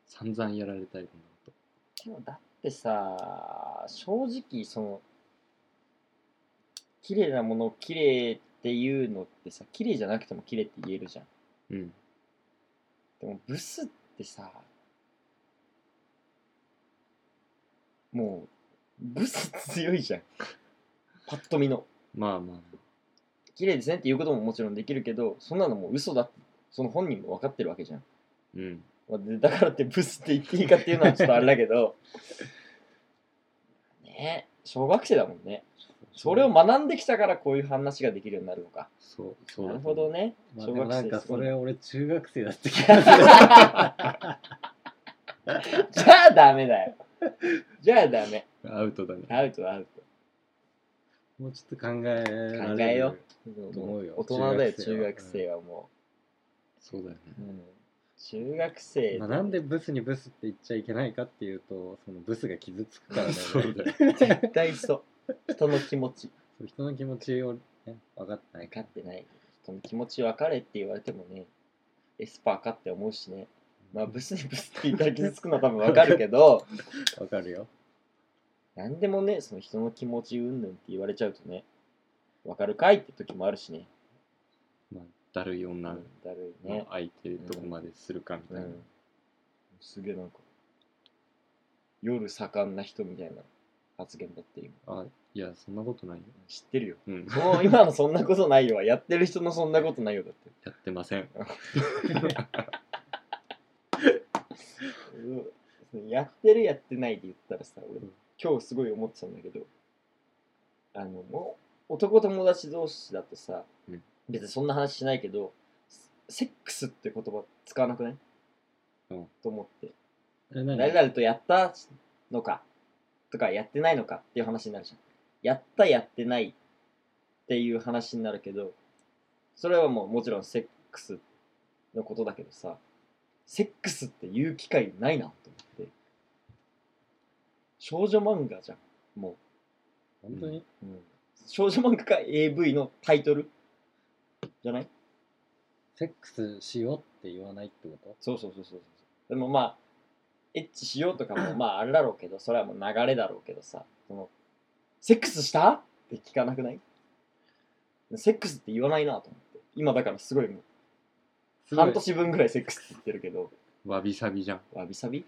B: 散々やられたりこんなこと
C: たでもだってさ正直その綺麗なものを綺麗っていうのってさ綺麗じゃなくても綺麗って言えるじゃん
B: うん
C: でもブスってさもうブス強いじゃんパッと見の
B: まあまあ
C: 綺麗ですねって言うことももちろんできるけどそんなのもう嘘だってその本人も分かってるわけじゃん
B: うん
C: まあでだからってブスって言っていいかっていうのはちょっとあれだけど ねえ小学生だもんねそれを学んできたからこういう話ができるようになるのか
B: そうそう
C: なる
B: だと
C: ほ
B: 思う
C: どね
D: まあで
C: 小
D: も
C: 学
D: なん
C: 生
D: か
C: すご
D: そ
C: い
D: れ
C: な
D: 俺中学生だった気がする
C: じゃあダメだよじゃあダメ
B: アウト だね
C: アウトアウト
D: もうちょっと考えられる
C: 考えよ
D: と思うよ
C: 大人だよ中
D: 中
C: 学
D: 学
C: 生
D: 生
C: はも
B: そうだよ
C: う、
B: ね
C: うん中学生
D: まあ、なんでブスにブスって言っちゃいけないかっていうとそのブスが傷つくからだ
B: そ
D: よ
B: う
D: ね
B: だよ
C: 絶対そう人の気持ち
D: そう人の気持ちを、ね、分かってない
C: 分かってない人の気持ち分かれって言われてもねエスパーかって思うしねまあブスにブスって言ったら傷つくのは多分分かるけど
D: 分かるよ
C: 何でもねその人の気持ちうんぬんって言われちゃうとね分かるかいって時もあるしね
B: まあだるい女
C: うんだるいね
B: の、相手どこまでするかみた
C: う
B: いな、
C: ん、すげえなんか夜盛んな人みたいな発言だって今
B: あいやそんなことないよ
C: 知ってるよ
B: うん
C: その今のそんなことないよはやってる人のそんなことないよだって
B: やってません
C: うんやってるやってないで言ったらさ俺今日すごい思ってたんだけどあのもう男友達同士だとさ、
B: うん
C: 別にそんな話しないけどセセックスって言葉使わなくない、
B: うん
C: と思って
D: え
C: 「
D: 何
C: 誰々とやったのか」とか「やってないのか」っていう話になるじゃん。やったやってないっていう話になるけどそれはもうもちろんセックスのことだけどさセックスって言う機会ないなと思って少女漫画じゃんも
D: 本当に、
C: う、少女漫画か AV のタイトルじゃない
D: セックスしようって言わないってこと
C: そうそうそうそうそうでもまあエッチしようとかもまああれだろうけどそれはもう流れだろうけどさそのセックスしたって聞かなくないセックスって言わないなと思って今だからすごいもう
D: すごい
C: 半年分ぐらいセックスって言ってるけど、
B: わびさびじゃん
C: わびさび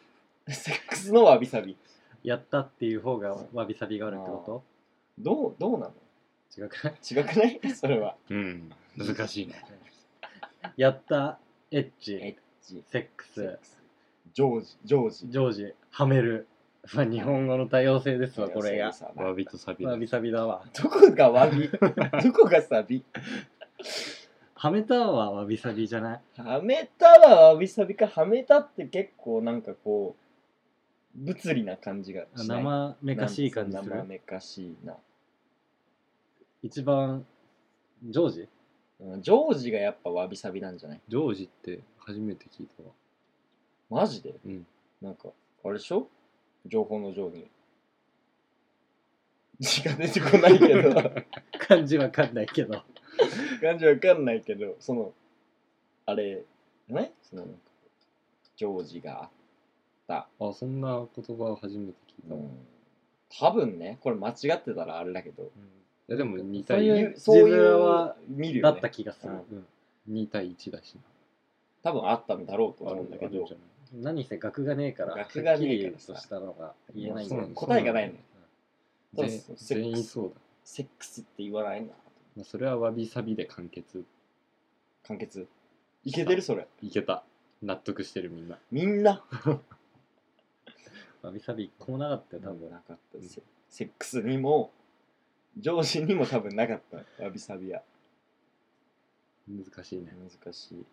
C: セックスのわびさび。
D: やったっていう方がわびさびがあるってこ
C: どう、どうなの
D: と違うかい
C: 違くないそれは。
B: うん難しいね
D: やったエッ
C: エッ
D: チ
C: チ、
D: セック
C: セッ
D: ス
C: クス、ジョージ、ジョージ、
D: ジョージはめるまあ、日本語の多様性ですわ、これが。
C: そうさ
B: わびとさび
D: わ
B: だ
D: びさびだわ。
C: どこが わびどこがさび
D: ハメタワーはわびさびじゃない
C: はめたはわびさびかはめたって結構なんかこう物理な感じが
D: あ
C: しない
D: 生めかしい感じ
C: なん
D: す
C: つう生
D: る
C: めかしいな
D: 一番、ジョージ
C: うんジョージがやっぱわびさびなんじゃない
B: ジョージって初めて聞いたわ
C: マジで、
B: うん
C: なんかあれでしょ情報の情に字が出てこないけど
D: 感じわかんないけど。
C: 感じわかんないけどそのあれじゃないそのなんかジョージがあった、
B: あそんな言葉を初めて聞いた
C: う
B: わ、い
C: ん、多分ねこれ間違ってたらあれだけど
B: やでも2
D: そう
B: 対
D: いう
C: いうそう
D: 自分は
C: いう見る
D: だ
C: よ、ね
D: っ、た気がする。
B: 2対1だし
C: 多分あったんだろうと
B: な
C: は思うんだけ
B: ある
C: ど
B: んじゃない
D: 何せ額がねえから、はっき
C: 額がねえ
D: り
C: からさ
D: としたのが言えないんだ
B: そ
D: よ
B: う
D: ね
B: なん。です
C: 答えがないのよそうそうセッ
B: 全
C: クス
B: 全員そうだ、
C: セックスって言わないな
B: まあ、それはわびさびで完結
C: 完結いけてるそれ
B: いけた納得してるみんな
C: みんな
D: わびさび一個もなかったよ、多
C: 多
D: 分
C: 分。なかった、セセックスにも上司にも多分なかったわびさびは
B: 難しいね
C: 難しい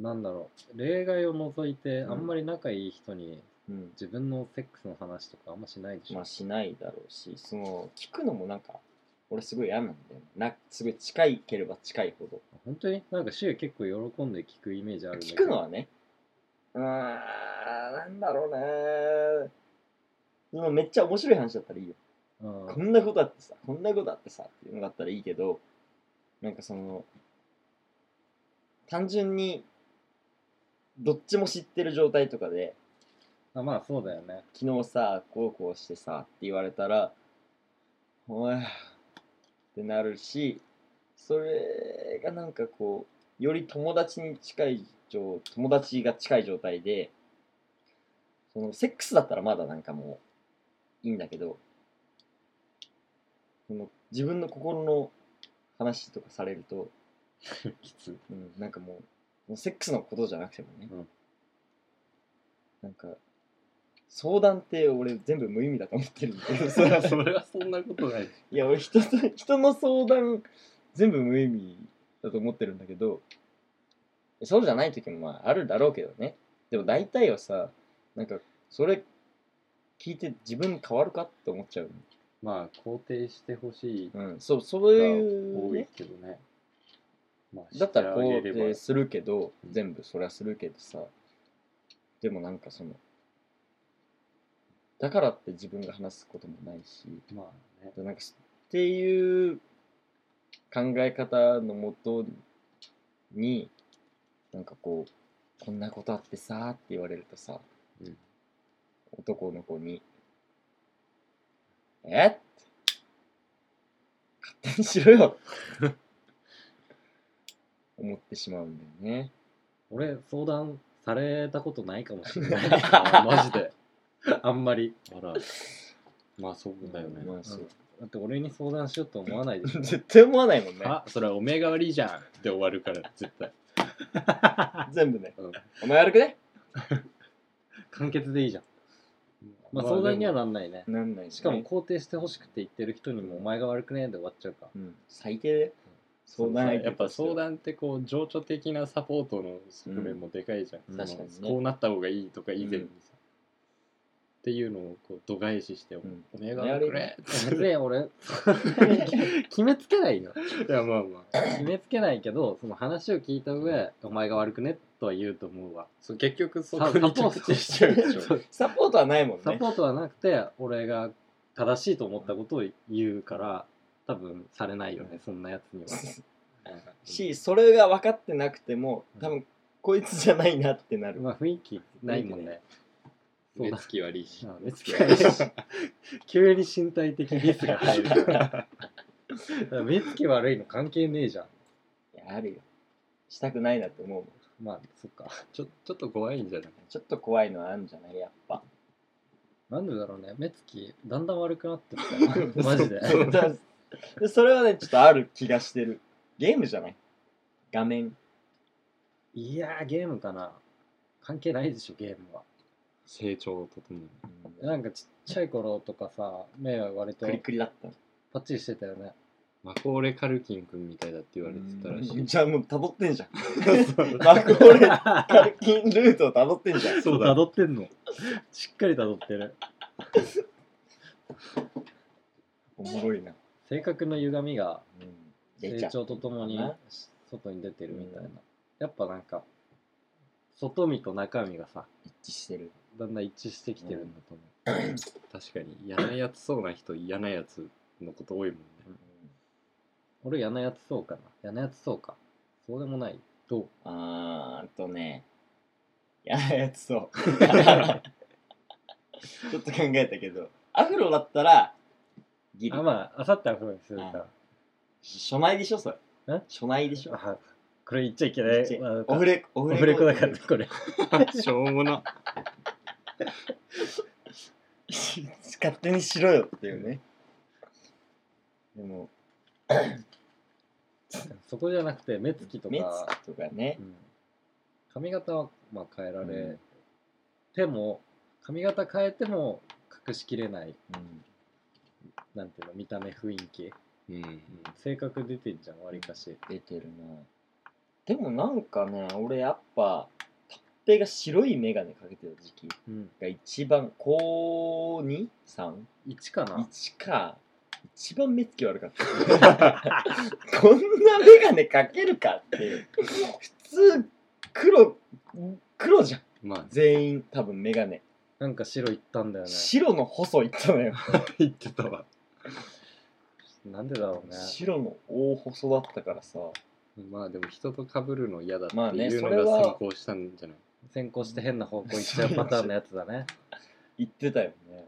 D: なんだろう。例外を除いて、
C: うん
D: あんまり仲いい人に
C: うん
D: 自分のセックスの話とかあんましないでしょ。
C: まあしないだろうしその聞くのもなんか俺すごい嫌なんだよなすごい近いければ近いほど
D: 本当になんか周囲結構喜んで聞くイメージあるんだけ
C: 聞
D: ど
C: くのはねうーんなんだろうねそのめっちゃ面白い話だったらいいよ
D: うん
C: こんなことあってさこんなことあってさっていうのだったらいいけどなんかその単純にどっちも知ってる状態とかで
D: あまあそうだよね
C: 昨日さこうこうしてさって言われたら「おい」ってなるしそれがなんかこうより友達に近い状友達が近い状態でそのセックスだったらまだなんかもういいんだけどその自分の心の話とかされると、
B: きつい
C: うん、なんかもうもうセックスのことじゃなくてもね、
B: うん
C: なんか相談って俺全部無意味だと思ってる んだけど
B: そ
C: さ
B: れはそんなことない
C: いや俺人と人の相談全部無意味だと思ってるんだけどそうじゃない時もまああるだろうけどねでも大体はさなんかそれ聞いて自分変わるかって思っちゃう、
B: まあ肯定してほしい
C: うん、そうそういう、
B: 多い
C: ね、
B: けどねまあ
C: だったら
B: してあげ
C: 肯
B: れば
C: 定するけど
B: うん
C: 全部そりゃするけどさでもなんかそのだからって自分が話すこともないし
B: まあね
C: でなんかっていう考え方のもとになんかこうこんなことあってさって言われるとさ、
B: うん
C: 男の子に「えっ?」て勝手にしろ よ思ってしまうんだよね。
D: 俺相談されたことないかもしれ ないあマジであんまり
B: あらまあそうだよね、
C: まあそう
D: だって俺に相談しようと思わないでしょ
C: 絶対思わないもんね。
B: あそれはおめえが悪いじゃんって終わるから絶対
C: 全部ね。
B: うん
C: お前悪くね
D: 簡潔でいいじゃんまあ相談にはなんないね
C: なんないね
D: しかも、肯定してほしくて言ってる人にもお前が悪くねえで終わっちゃう か
C: うん、最低だよ相
B: そう
C: 談
B: さ
C: 相手
B: やっぱ
C: としては
B: 相談ってこう情緒的なサポートの側面もでかいじゃん、
C: うん
B: その
C: 確かにね
B: こうなった方がいいとか以前にさ、
C: うん
B: っていうのをこう度外視して、
C: ん
B: おめえが悪くね
D: 全然 俺決めつけないよ
B: いやまあまあ
D: 決めつけないけどその話を聞いた上お前が悪くねとは言うと思うわ
B: そう結局そ
D: サ
B: こに
D: サポー
B: 着
D: ト
B: 地しちゃうでし
D: そ
B: ょ
D: う
C: サポートはないもん
D: サ
C: ね。
D: ポートはなくて俺が正しいと思ったことを言うから多分されないよねそんなやつに は
C: し、それが分かってなくても、多分こいつじゃないなってなる。
D: まあ雰囲気ないもんねそう
B: 目
D: だ
B: つき悪いし
D: うん目つき悪いし 急に身体的リスが入るから 目つき悪いの関係ねえじゃん
C: いやあるよ。したくないなって思うもん。
D: まあそっか
B: ちょちょっと怖いんじゃない
C: ちょっと怖いのはあるんじゃないやっぱ。
D: なんでだろうね目つきだんだん悪くなって きた マジで
C: そうだでそれはね、ちょっとある気がしてる。ゲームじゃない画面。
D: いやーゲームかな関係ないでしょゲームは
B: 成長とともに。
D: なんかちっちゃい頃とかさ目は割と
C: クリクリだった
D: パッチリしてたよ ね
B: マコーレ・カルキン君みたいだって言われてたらしい。
C: じゃあもう辿ってんじゃんマコーレ カルキンルートを辿ってんじゃん
B: そうだ。
D: 辿ってんのしっかり辿ってる
C: おもろいな、
D: 性格の歪みが
C: うん、出ち
D: 成
C: ゃう
D: 長とともに
C: な
D: 外に出てるみたいな、
C: うん
D: やっぱなんか外見と中身がさ
C: 一致してる
D: だんだん一致してきてるんだと思
B: 確かに。嫌なやつそうな人、嫌なやつのこと多いもんね。
D: う、俺嫌なやつそうかな嫌なやつそうかそうでもないど う
C: あーっとねやなやつそうちょっと考えたけどアフロだったらギリ
D: あまああさってはそうにするから
C: 初内でしょそれ
D: え
C: 初内でしょ
D: あこれ言っちゃいけないまあなんか
C: オフレオ
D: オ
C: フ
D: フレコだから
C: ら
D: ねこれ
B: しょうもな。
C: 勝手にしろよっていうねでも
D: そこじゃなくて目つきと
C: 目
D: か
C: つ、きとかね
D: うん髪型はまあ変えられ、
C: うん
D: ても髪型変えても隠しきれない
C: うん
D: なんていうの見た目雰囲気
B: うん。
D: 性格出てんじゃんわりかし
C: 出てるなでもなんかね俺やっぱたっぺが白い眼鏡かけてた時期
D: うん
C: が一番高 2?3?
D: 1かな
C: 一か一番目つき悪かった こんな眼鏡かけるかっていう普通黒黒じゃん
B: まあ、
C: 全員多分眼鏡
D: なんか白いったんだよね
C: 白の細いったのよ、
B: 言ってたわ。
D: なんでだろうね
C: 白の大細だったからさ
B: まあでも人と被るの嫌だって
C: まあね
B: いう
C: それ
B: の
C: は
B: が先行したんじゃない
D: 先行して変な方向行っちゃうパターンのやつだね
C: 言ってたよね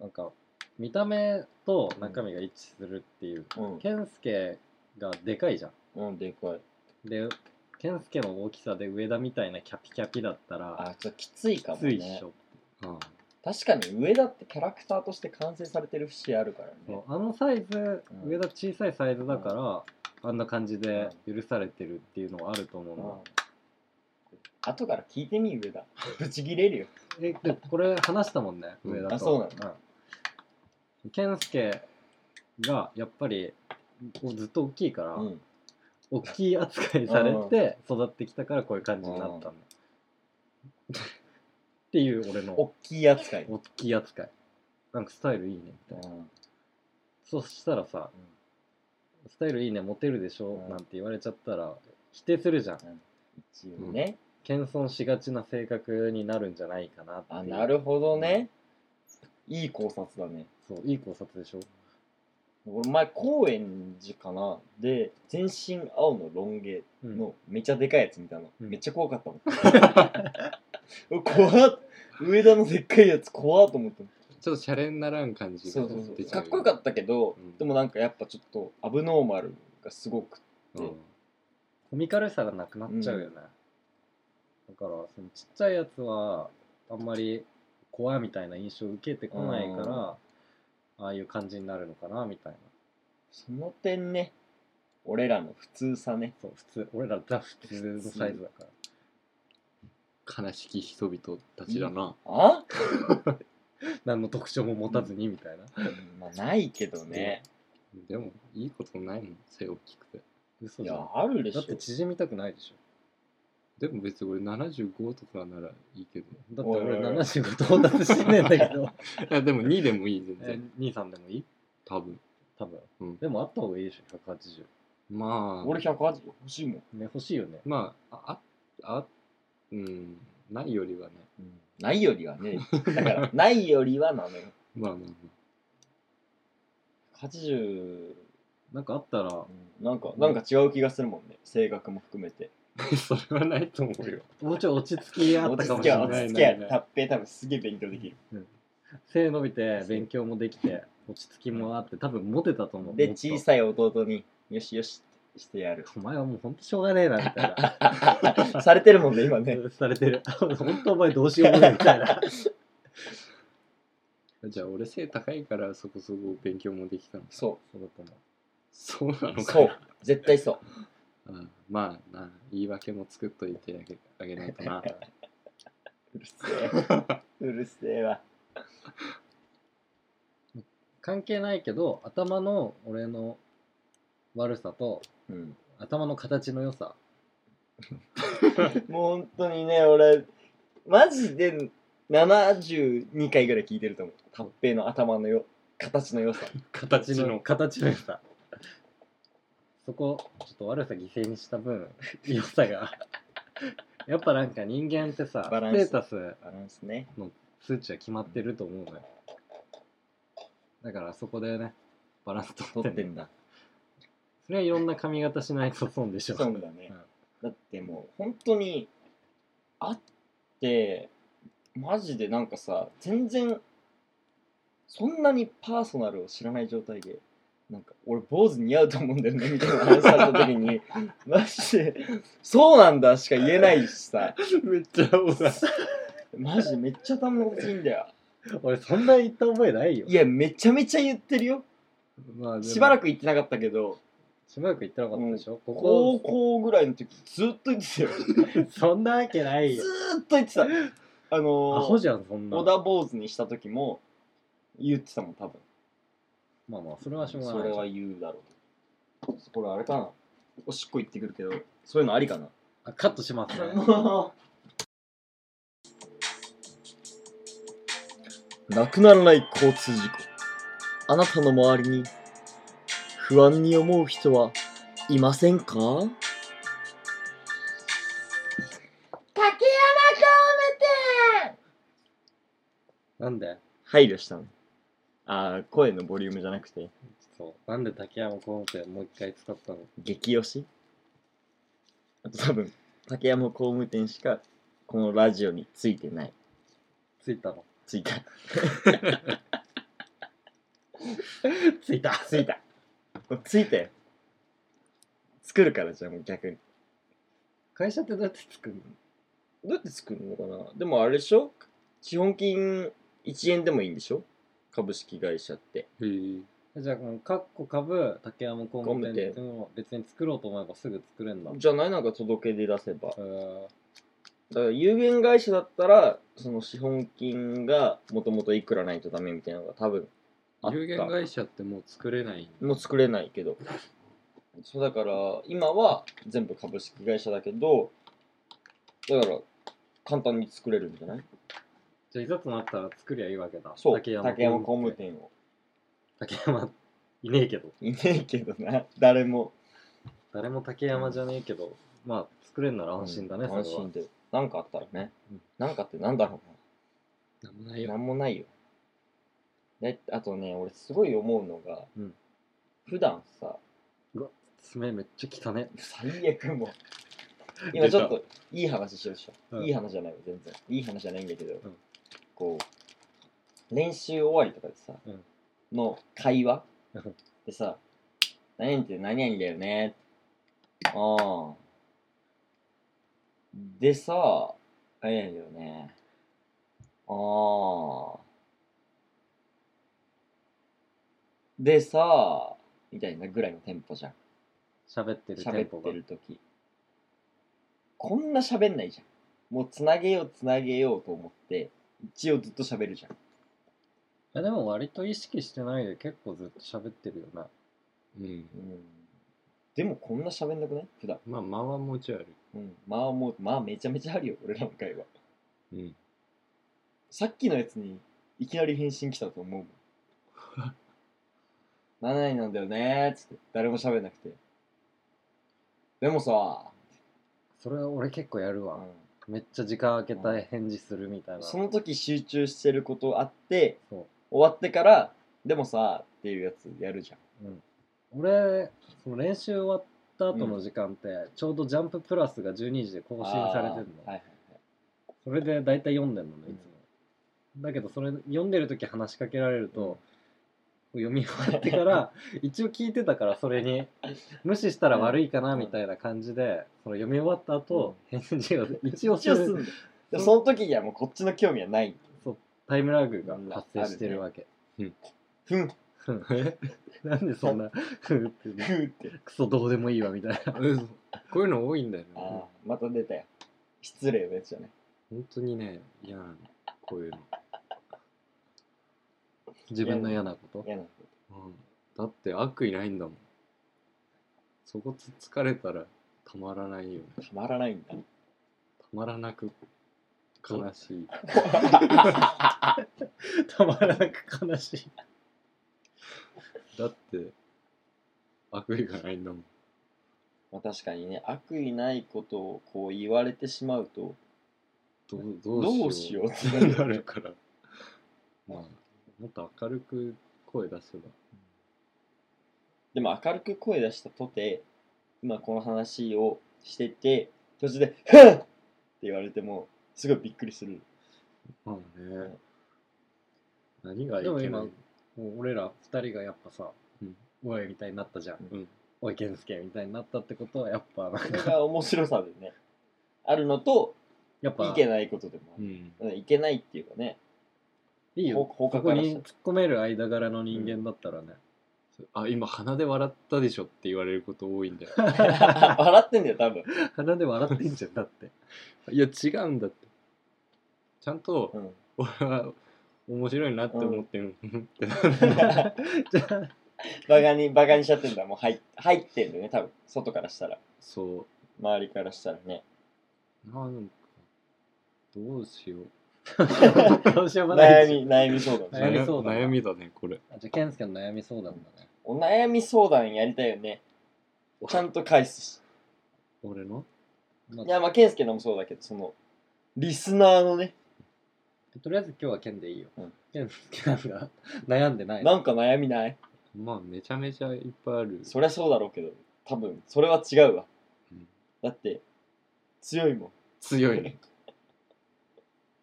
D: なんか見た目と中身が一致するっていう
C: う
D: 健介がでかいじゃ
C: ん、うん、でかい
D: んで健介の大きさで上田みたいなキャピキャピだったら
C: あちょっときついか
D: き
C: も
D: ついっ
C: ね
D: しょ、
B: ああ
C: 確かに上田ってキャラクターとして完成されてる節あるからね
D: そうあのサイズ、
C: うん
D: 上田小さいサイズだから、あんな感じで許されてるっていうのはあると思うの、
C: うん後から聞いてみ 上田ぶち切れるよ
D: えでこれ話したもんね
B: うん
D: 上田と
C: あそうな
D: うん健介がやっぱりこうずっと大きいから、
C: うん
D: 大きい扱いされて育ってきたからこういう感じになったんだ、 っていう俺の
C: 大きい扱い、
D: 大きい扱いなんかスタイルいいねみたいな
C: うん
D: そしたらさ、スタイルいいねモテるでしょ、
C: うん
D: なんて言われちゃったら否定するじゃん
C: 一応ね、
D: 謙遜しがちな性格になるんじゃないかなっていう
C: あなるほどね、いい考察だね
D: そういい考察でしょ
C: 俺前高円寺かなで全身青のロン毛
D: うん
C: のめちゃでかいやつ見たの、
D: うん
C: めっちゃ怖かったもんうわ怖っ上田のでっかいやつ怖っと思った
B: ちょっとシャレにならん感じ
C: そうそうそう
B: 出ち
C: か
B: ゃ
C: っこよかったけど、
B: うん
C: でもなんかやっぱちょっとアブノーマルがすごくて、
B: うん
D: コミカルさがなくなっちゃうよね、だからそのちっちゃいやつはあんまり怖いみたいな印象を受けてこないから、ああいう感じになるのかなみたいな
C: その点ね俺らの普通さね
D: そう普通俺らザ普通のサイズだから
B: 悲しき人々たちだな、
C: あ、
D: 何の特徴も持たずにみたいな、
C: うんまあないけどね
B: でもいいことないもん背大きくて
D: 嘘
C: い
D: じゃん
C: やあるでし
D: だ
C: ょ
D: って縮みたくないでしょ
B: でも別に俺75とかならいいけど
D: だって俺
C: おいおいおい
D: 75到達してねえんだ けど
B: いやでも2でもいい全
D: え
B: 然
D: 兄さんでもいい
B: 多分
D: 多分、
B: うん
D: でもあった方がいいでしょ180
B: まあ
C: 俺180欲しいもん、
D: ね欲しいよね
B: まあああうんないよりはね
C: ないよりは ねだからないよりはなのよ
B: まあまあま
C: 80
D: なんかあったら
C: なんかなんか違う気がするもんね性格も含めて
B: あ それはないと思 うよ
D: もうちょい落ち着きあっ
C: 落
D: た
C: ち
D: かも
C: 着
D: し
C: き
D: れ
C: は
D: な
C: 落
D: い
C: ち着
D: ね
C: きはたっぺ多分すげえ勉強できる
D: 背伸びて勉強もできて落ち着きもあって多分モテたと思う
C: で
D: もっと
C: 小さい弟によしよしってしてやる
D: お前はもうほんとしょうがねえなみたいな
C: されてるもんね今 ね
D: されてる本当お前どうしようもないみたいな
B: じゃあ俺背高いからそこそこ勉強もできたの
C: そ
D: そうだと思
B: そうな
C: う
B: のか
C: そ
B: な
C: う絶対そう
B: うんまあな言い訳も作っといてあげあげないとな
D: う
C: うるせえうるせえわ
D: 関係ないけど頭の俺の悪さと
C: うん
D: 頭の形の良さ
C: もう本当にね俺マジで72回ぐらい聞いてると思うタッペイの頭のよ形の良さ
B: 形の
D: 形の良さそこちょっと悪さ犠牲にした 分良さがやっぱなんか人間ってさ
C: バラ
D: ス
C: ンス
D: テータス
C: バランスね
D: 数値は決まってると思うのよだからそこでねバランス取
C: 取
D: っ
C: って
D: てね
C: んだ
D: それはいろんな髪型しないと損でしょ
C: そうだね
D: うん、
C: だってもう本当に会ってマジでなんかさ全然そんなにパーソナルを知らない状態でなんか俺坊主似合うと思うんだよねみたいな話された時 にマジでそうなんだしか言えないしさ
B: めっちゃおさ
C: マジめっちゃ頭のこといいんだよ
D: 俺そんな言った覚えないよ
C: いやめちゃめちゃ言ってるよ
D: まあ、
C: しばら
D: く
C: く言ってなかったけど
D: しばらく言ってなかったでしょ、こ
C: 高
D: こ
C: 校ぐらいの時ずっと言ってたよ
D: そんなわけない
C: ず
D: よ
C: ーっと言ってたあのー
D: アホじゃんそんな
C: 小田坊主にした時も言ってたもん多分
D: まあまあそれはしょう
C: そ
D: が
C: れ
D: な
C: はい言うだろうこれあれかなおしっこ行ってくるけどそういうのありかな
D: あカットしますね
C: なくならない交通事故あなたの周りに不安に思う人はいませんか
E: 竹山工務店
D: なんで
C: 配慮したのああ声のボリュームじゃなくて
D: そうなんで竹山工務店もう一回使ったの
C: 激推しあと多分竹山工務店しかこのラジオについてない
D: ついたの
C: ついた
D: ついた
C: ついたついたよ作るからじゃあもう逆に
D: 会社ってどうやって作るの
C: どうやって作るのかなでもあれでしょ資本金1円でもいいんでしょ株式会社って
B: へえ
D: じゃあこのカッコ株竹山工務店っていうのを別に作ろうと思えばすぐ作れんだ
C: じゃないなんか届け出出せば
D: えー
C: だから有限会社だったらその資本金がもともといくらないとダメみたいなのが多分あった
B: 有限会社ってもう作れない
C: もう作れないけどそうだから今は全部株式会社だけどだから簡単に作れるんじゃない
D: じゃあいざとなったら作りゃいいわけだ
C: そう竹
D: 工
C: 山工務
D: 務店
C: 店を
D: 竹山いねえけど
C: いねえけどな誰も
D: 誰も竹山じゃねえけどまあ作れんなら安心だね、
C: うん
D: それ
C: 安
D: は
C: 心でなんかあったらね、なんかってなんだろ
B: なんもな
C: う
B: い
C: な
B: よ
C: なんもないよであとね俺すごい思うのが、
D: うん
C: 普段さ
D: 爪めっちゃ汚ね
C: 最悪もう今ちょっといい話してるでしょ、
D: うん
C: いい話じゃないよ全然いい話じゃないんだけど、
D: ん
C: こう練習終わりとかでさ、
D: うん
C: の会話
D: うん
C: でさ「何々って何々だよね」ああでさ「何々だよね」ああでさみたいなぐらいのテンポじゃん
D: 喋ってるテ
C: 喋
D: ンポ
C: って
D: が
C: る時こんな喋んないじゃんもうつなげようつなげようと思って一応ずっと喋るじゃん
D: いやでも割と意識してないで結構ずっと喋ってるよね
B: うん
C: でもこんな喋んなくない普段
B: まあ間はもちろんある
C: うんまあもうまあめちゃめちゃあるよ俺らの会話
B: うん
C: さっきのやつにいきなり返信来たと思うもん何々 なんだよねーっつって誰も喋んなくてでもさ、
D: それは俺結構やるわ、
C: うん
D: めっちゃ時間空けたい返事するみたいな、
C: その時集中してることあって
D: そ
C: 終わってからでもさっていうやつやるじゃん
D: う、うん、俺その練習終わった後の時間って、ちょうど「ジャンププラス」が12時で更新されてるの、
C: あーはいはい
D: それで大体読んでんのねいつも、だけどそれ読んでる時話しかけられると、読み終わってから 一応聞いてたからそれ に無視したら悪いかなみたいな感じで、その読み終わった後、返事 を一応す
C: 一応す
D: る
C: んだでもその時にはもうこっちの興味はない
D: タイムラグが発生してるわけ、
C: ふんふ
B: え
D: なんでそんな「ふう」ってね
C: ーって
D: クソどうでもいいわみたいな
B: うんこういうの多いんだよ
C: ああ
B: ね
C: また出たよ失礼なやつじゃない
B: 本当にね嫌なのこういうの自分の嫌なこと、
C: 嫌なこ
B: うん、だって悪意ないんだもんそこつつかれたらたまらないよね
C: とたまらないんだ
B: たまらなく悲しい
D: たまらなく悲しい。
B: だって悪意がないんだもん
C: まあ確かにね悪意ないことをこう言われてしまうと
B: どう
C: ど
B: ど
C: う
B: う
C: し
B: し
C: よう
B: よう
C: って
B: ってなるからまあもっと明るく声出せば
C: でも明るく声出したとて今この話をしてて途中で「ふん!」って言われてもすごいびっくりする
B: まあね何がいけ
D: でも
B: ない
D: 今もう俺ら二人がやっぱさ、
B: うん
D: おいみたいになったじゃん。
B: うん
D: おい、健介みたいになったってことは、やっぱ、なん
C: そ
D: か
C: れが面白さでねあるのと
D: やっぱ、
C: いけないことでもあ
B: う
C: る
B: ん
C: うんいけないっていうかね
D: いいよ。
C: 放
D: こ
C: 課
D: こ
C: から
D: に
C: し
D: 突っ込める間柄の人間だったらね。
B: あ今鼻で笑ったでしょって言われること多いんだよ
C: たら笑ってんだよ多分
D: 鼻で笑ってんじゃん、だって。
B: いや違うんだってちゃんと
C: うん
B: 俺は面白いなって思って る、うん、ってな
D: じゃあ、
C: バカにバカにしちゃってんだもう入っ入ってんだよね多分外からしたら
B: そ
C: 周りからしたらね
B: うなんかどうしよう
D: どうしようもない
C: 悩
D: し。
C: み悩み相談
D: 悩み相談
B: 悩みだねこれ
D: あじゃあ、健介の悩み相談だね。
C: お悩み相談やりたいよねちゃんと返すし
B: 俺の
C: いやまあ健介のもそうだけどそのリスナーのね
D: とりあえず今日は健でいいよ
C: うん。
D: 健介なんか悩んでない。
C: なんか悩みない
B: まあめちゃめちゃいっぱいある
C: そりゃそうだろうけど多分それは違うわ、
B: うん
C: だって強いも
B: 強いね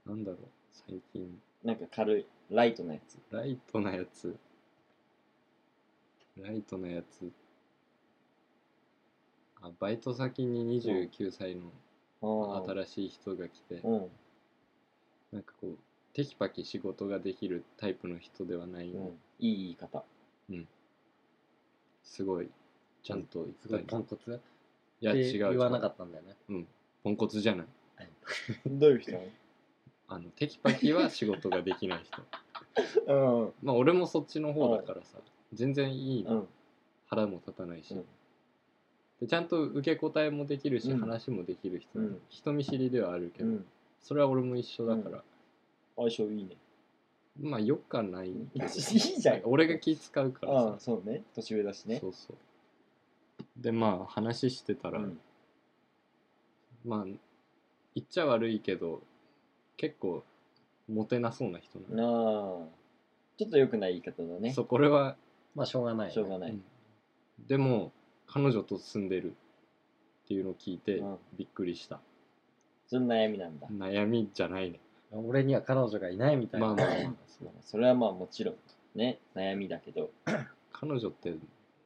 B: なんだろう最近
C: んなんか軽いライトなやつ
B: ライトなやつライトなやつあバイト先に29歳の
C: あ
B: 新しい人が来て、
C: あうん
B: なんかこうテキパキ仕事ができるタイプの人ではない、
C: うんいい言い方
B: すごいちゃんと
D: すご
B: 言
D: い
B: った
D: ポ
B: ね
D: ンコツって
B: いや違
D: 言
B: う
D: わなか
B: た
D: ったんだよね。
B: ポンコツじゃない
C: どういう人な
B: あのテキパキは仕事ができな い人
C: の
B: まあ俺もそっちの方だからさ全然いいの
C: うんうん
B: 腹も立たないし、
C: うん
B: でちゃんと受け答えもできるし、
C: うん
B: 話もできる人、
C: うん
B: 人見知りではあるけ
C: う
B: ど、
C: ん
B: それは俺も一緒だから、
C: 相性いいね
B: まあよくはない
C: いいじゃん
B: 俺が気使うから
C: あ
B: さ
C: あ、そうね年上だしね
B: そうそうでまあ話してたら、
C: うん
B: まあ言っちゃ悪いけど結構モテなそうな人な
C: なあちょっと良くない言い方だ
B: の
C: ね
B: そうこれは、
D: まあ、しょうがないよね。
C: しょうがない、
B: うんでも彼女と住んでるっていうのを聞いて
C: うん
B: びっくりした、
C: それ悩みなんだ、
B: 悩みじゃないね
D: 俺には彼女がいないみたいな。
B: まあまあまあ
C: まあそれはまあもちろんね悩みだけど
B: 彼女って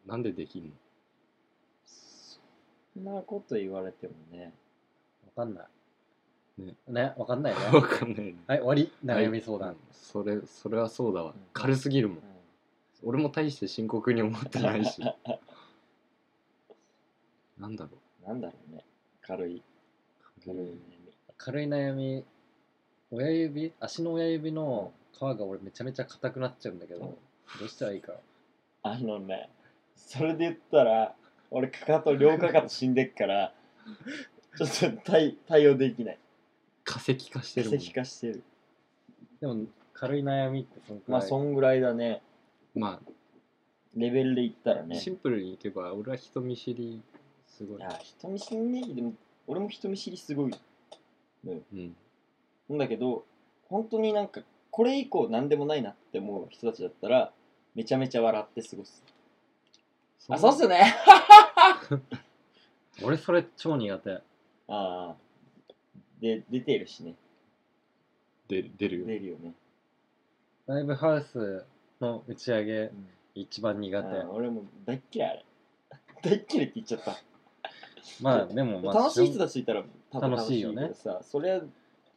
B: なんでできんの
C: そんなこと言われてもね
D: わかんない。
B: ね
D: ね、わかんない ね。
B: わかんないね
D: はい、終わり。悩み相
B: は
D: 談
B: い。それそれはそうだわ、
C: うん
B: 軽すぎるもん俺も大して深刻に思ってないし なんだろ
C: なんだろうね軽いう軽い悩
D: 軽い悩み、親指、足の親指の皮が俺めちゃめちゃ硬くなっちゃうんだけど、
C: うん
D: どうしたらいいか。
C: みあのねそれで言ったら俺かかと両かかと死んでっからちょっと対対応できない
B: 化石化してる
C: 化
B: もん
C: 石化してる
D: でも、軽い悩みってそのく
C: ま
D: ら
C: あ
D: い。
C: そんぐらいだね
B: まあ
C: レベルで言ったらね
B: シンプルにいけば俺は人見知りすご
C: い
B: い、
C: や人見知りねでも俺も人見知りすごい
B: うん、
C: んだけど本当になんかこれ以降何でもないなって思う人たちだったらめちゃめちゃ笑って過ごすあそうっすよね
D: 俺それ超苦手。
C: ああで出てるしね
B: で出るよ
C: 出るよね、
D: ライブハウスの打ち上げ、一番苦手。
C: ああ俺も大っ嫌いあれ大っ嫌いって言っちゃった、
D: まあ、でも、まあ、
C: 楽しい人たちいたら多分
D: 楽しいよね
C: 楽しいけどさそれは、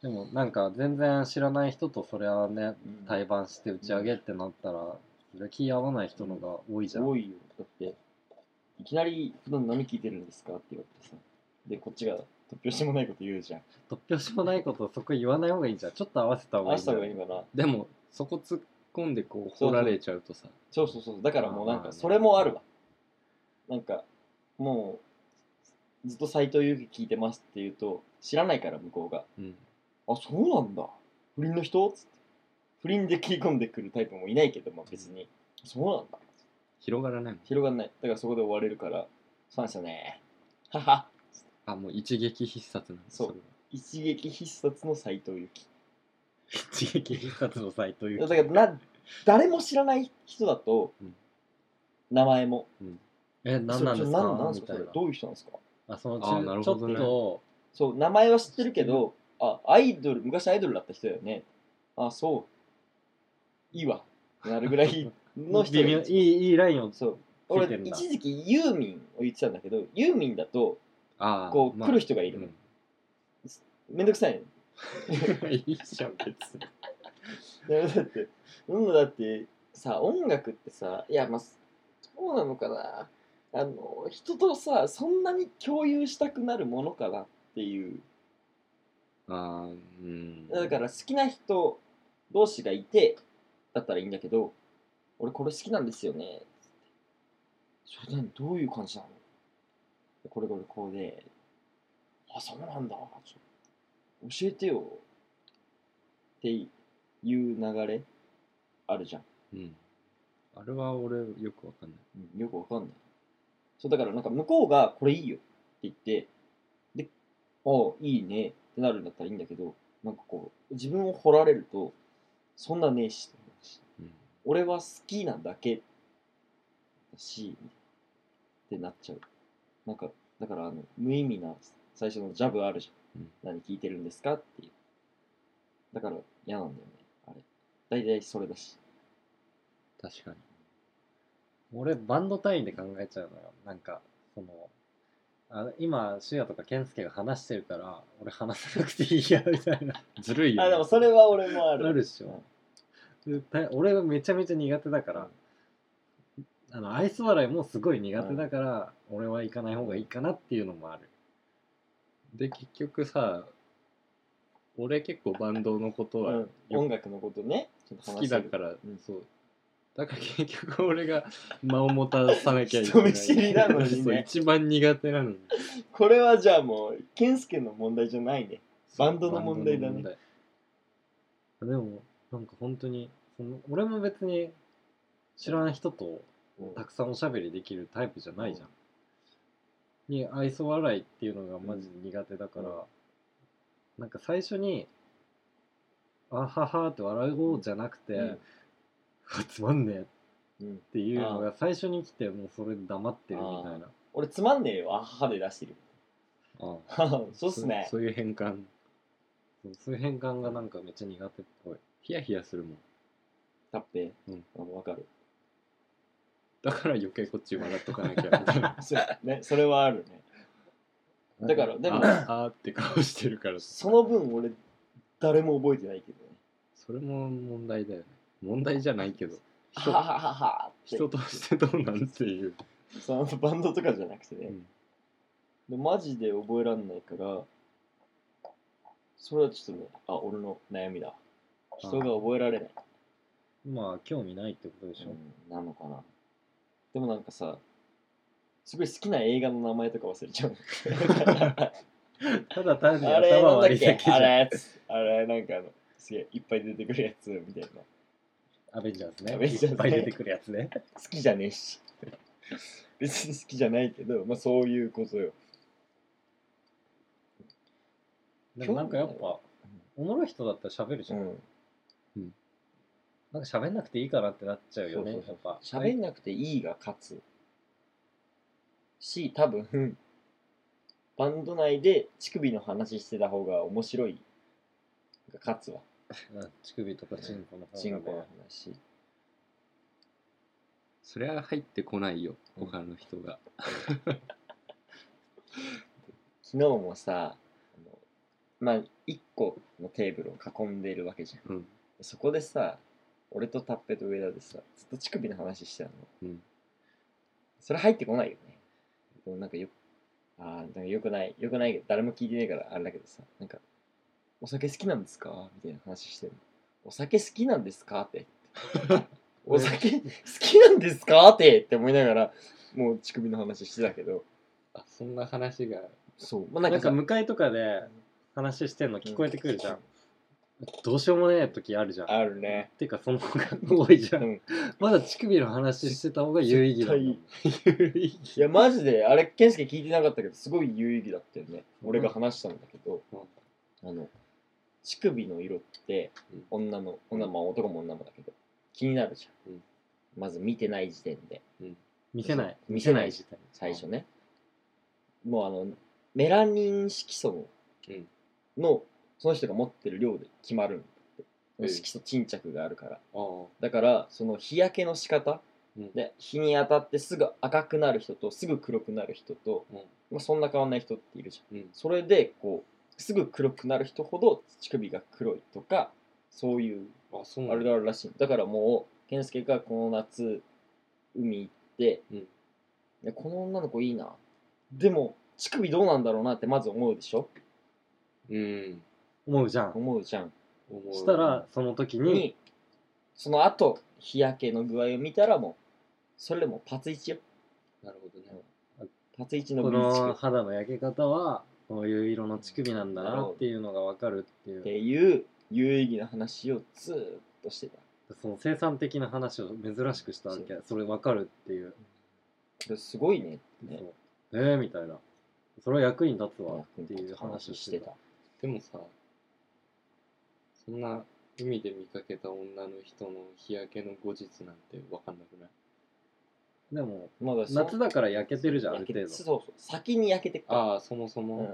D: でも、なんか、全然知らない人とそれはね、
C: うん
D: 対バンして打ち上げってなったら、それ気合わない人のが多いじゃん。
C: 多いよだっていきなり「普段何聞いてるんですか?」って言われてさでこっちが「突拍子もないこと言うじゃん。
D: 突拍子もないことそこ言わない方がいいじゃんちょっと合わせた方
C: 明
D: がいい
C: 日
D: んじゃ
C: が
D: ない
C: いいかな。
B: でもそこ突っ込んでこう
C: そうそう
B: 掘られちゃうとさ
C: そうそうそう。だからもうなん
D: あー
C: か、それもあるわ。なんか、もう、ずっと斎藤佑樹聞いてますって言うと、知らないから向こうが。
B: うん
C: あ、そうなんだ。不倫の人つって。不倫で切り込んでくるタイプもいないけど、まあ別に。そうなんだ。
B: 広がらないもん
C: 広がんない。だからそこで終われるから、そうなんですよね。はは。
B: あもう一撃必殺なんです
C: そう一撃必殺の斎藤佑樹。
D: 一撃必殺の斎藤
C: い
D: 佑
C: や
D: 樹
C: だからな誰も知らない人だと、
B: うん
C: 名前も
D: え何なんです
C: それちょ何な
D: か
C: ん
D: みたい
C: そ
D: な
C: れどういう人なんですか
D: あその
B: あーなる
D: ち
B: ほ
D: ょち
B: どね
D: ょ
C: そう名前は知ってるけどあアイドル昔アイドルだった人だよねあそういいわってなるぐらい
D: っと
C: の人
D: 微妙いいいいラインを
C: そう
D: つい
C: 俺
D: てんだ
C: 一時期ユーミンを言ってたんだけどユーミンだと
B: ああ
C: こう
B: まあ
C: 来る人がいるの
B: うん
C: めんどくさいね
B: いいじゃん別 に
C: だって、うん、だってさ音楽ってさいやまあそうなのかなあの人とさそんなに共有したくなるものかなっていう
B: ああうん
C: だから好きな人同士がいてだったらいいんだけど俺これ好きなんですよねそれ何どういう感じなのこれこれこうであそうなんだちょ教えてよっていう流れあるじゃん
B: うんあれは俺よくわかんない
C: うんよくわかんない。そう、だからなんか向こうがこれいいよって言って、で、ああ、いいねってなるんだったらいいんだけど、なんかこう、自分を掘られると、そんなねえし、
B: うん
C: 俺は好きなだけだし、ってなっちゃう。なんか、だからあの、無意味な最初のジャブあるじゃん。
B: うん
C: 何聞いてるんですかっていう。だから嫌なんだよね、あれ。大体それだし。
B: 確かに
D: 俺バンド単位で考えちゃうのよなんかそのあ今シュヤとかケンスケが話してるから俺話さなくていいやみたいな
B: ずるいよ、
C: あ、
B: ね、
C: でもそれは俺 もあ
D: あ
C: る。
D: るでしょ絶対俺はめちゃめちゃ苦手だからあのアイス笑いもすごい苦手だから、俺は行かない方がいいかなっていうのもある
B: で結局さ俺結構バンドのことは
C: うん、音楽のことねちょっと
B: 好
C: 話
B: き
C: して
B: だ
C: る
B: から、
C: うん
B: そうだから結局俺が間を持たさなきゃいけない
C: 人見知りなのにね
B: そう一番苦手なのに
C: これはじゃあもう健介の問題じゃないねバンドの問題だね
B: バンドの問
D: でもなんか本当にその俺も別に知らない人とたくさんおしゃべりできるタイプじゃないじゃん、に愛想笑いっていうのがマジで苦手だから、
C: うん
D: なんか最初に「あはは」って笑おうじゃなくて「
C: うん
D: あつまんねえ」
C: うん
D: っていうのが最初に来てもうそれで黙ってるみたいな
C: 俺つまんねえよあははで出してる
B: ああ
C: そうっすね
B: そそういう変換
D: そうそういう変換がなんかめっちゃ苦手っぽい
B: ヒヤヒヤするもん
C: タッペ
B: うん
C: あ分かる
B: だから余計こっち笑っとかなきゃみたいな
C: そうねそれはあるねだからでも
B: ああーって顔してるからさ
C: その分俺誰も覚えてないけどね
B: それも問題だよね問題じゃないけど
C: あ
B: 人
C: ははははって
B: 人としてどうなんっていう
C: そのバンドとかじゃなくてね、でマジで覚えらんないからそれはちょっとねあ俺の悩みだ人が覚えられない
D: まあ興味ないってことでしょ、
C: うんなのかなでもなんかさすごい好きな映画の名前とか忘 れちゃう
D: ただ単に
C: あれ
D: 頭
C: なんだ
D: 悪
C: っ
D: いだ
C: け
D: けじ
C: あ
D: ゃん
C: れつあれなんかあのすげえいっぱい出てくるやつみたいな
D: アベンジャーズね
C: アベンジャーズね
D: いっぱい出てくるやつね
C: 好きじゃねえし別に好きじゃないけどまあそういうことよ
D: でもなんかやっぱおもろい人だったら喋るじ
C: う
D: ゃん、
C: ん
D: なんか喋んなくていいかなってなっちゃうよね
C: そうそう
D: やっぱ
C: 喋んなくていいが勝つし多分バンド内で乳首の話してた方が面白いが勝つわ
D: うん乳首とかチンコの方がね
C: チンコの話
B: そりゃ入ってこないよ
C: うん
B: 他の人が、
C: 昨日もさあのまあ1個のテーブルを囲んでいるわけじゃん
B: うん
C: そこでさ俺とタッペと上田でさずっと乳首の話してたの、
B: うん
C: それ入ってこないよねでもなんかよああ、なんかよくない、よくないけど、誰も聞いてないから、あれだけどさ、なんか、お酒好きなんですかみたいな話してるの。お酒好きなんですか って。お酒好きなんですかってって思いながら、もう乳首の話してたけど、
D: あそんな話が
C: そう、まあなん
B: な
C: か
B: んか
C: さ、
B: 向かいとかで話してんの聞こえてくるじゃん、どうしようもねえ時あるじゃん
C: あるね。
B: ていうかその方が多いじゃん、
C: うん
B: まだ乳首の話してた方が有意義だもん
C: いや、マジで、あれ、健介聞いてなかったけど、すごい有意義だったよね。俺が話したんだけど、あの、乳首の色って、女の、女、まあ男も女もだけど、気になるじゃん。
D: うん
C: まず見てない時点で、
B: 見せない
C: 見せない
B: 時点
C: 最初ね。もうあの、メラニン色素
D: うん
C: の、のその人が持ってる量で決まるんだって。
D: え
C: 色素沈着があるから。
D: ああ
C: だからその日焼けの仕方、
D: うん
C: で日に当たってすぐ赤くなる人とすぐ黒くなる人と、
D: うん
C: まあ、そんな変わんない人っているじゃん、
D: うん
C: それでこうすぐ黒くなる人ほど乳首が黒いとかそういう
D: あそう
C: あ
D: なん
C: れ
D: だ
C: があるらしい、だからもう健介がこの夏海行って、
D: うん
C: でこの女の子いいなでも乳首どうなんだろうなってまず思うでしょ
D: うん
B: 思うじゃん
C: 思うじゃん
D: 思う
B: したらその時に
C: にその後日焼けの具合を見たらもうそれでもうパツイチよ
D: なるほどね
C: パツイチの
B: こ
C: ビーチ
B: の
C: ク
B: 肌の焼け方はこういう色の乳首なんだなっていうのが分かるってい
C: って
B: う
C: いう有意義な話をずーっとしてた
B: その生産的な話を珍しくしたわけそれ分かるっていう、
C: で。すごいねってね
B: そ。うえー、みたいなそれは役に立つわ
C: 役
B: って
C: に
B: い
C: 立
B: う
C: つ
B: 話を
C: 話
B: し
C: してて
B: た
C: た。
D: でもさそんな海で見かけた女の人の日焼けの後日なんて分かんなくない
B: でも
C: まだ
B: 夏だから焼けてるじゃんある
C: 焼け
B: 程
C: て
B: 度
C: そうそう。先に焼けてっから。
D: ああそもそも、
C: うん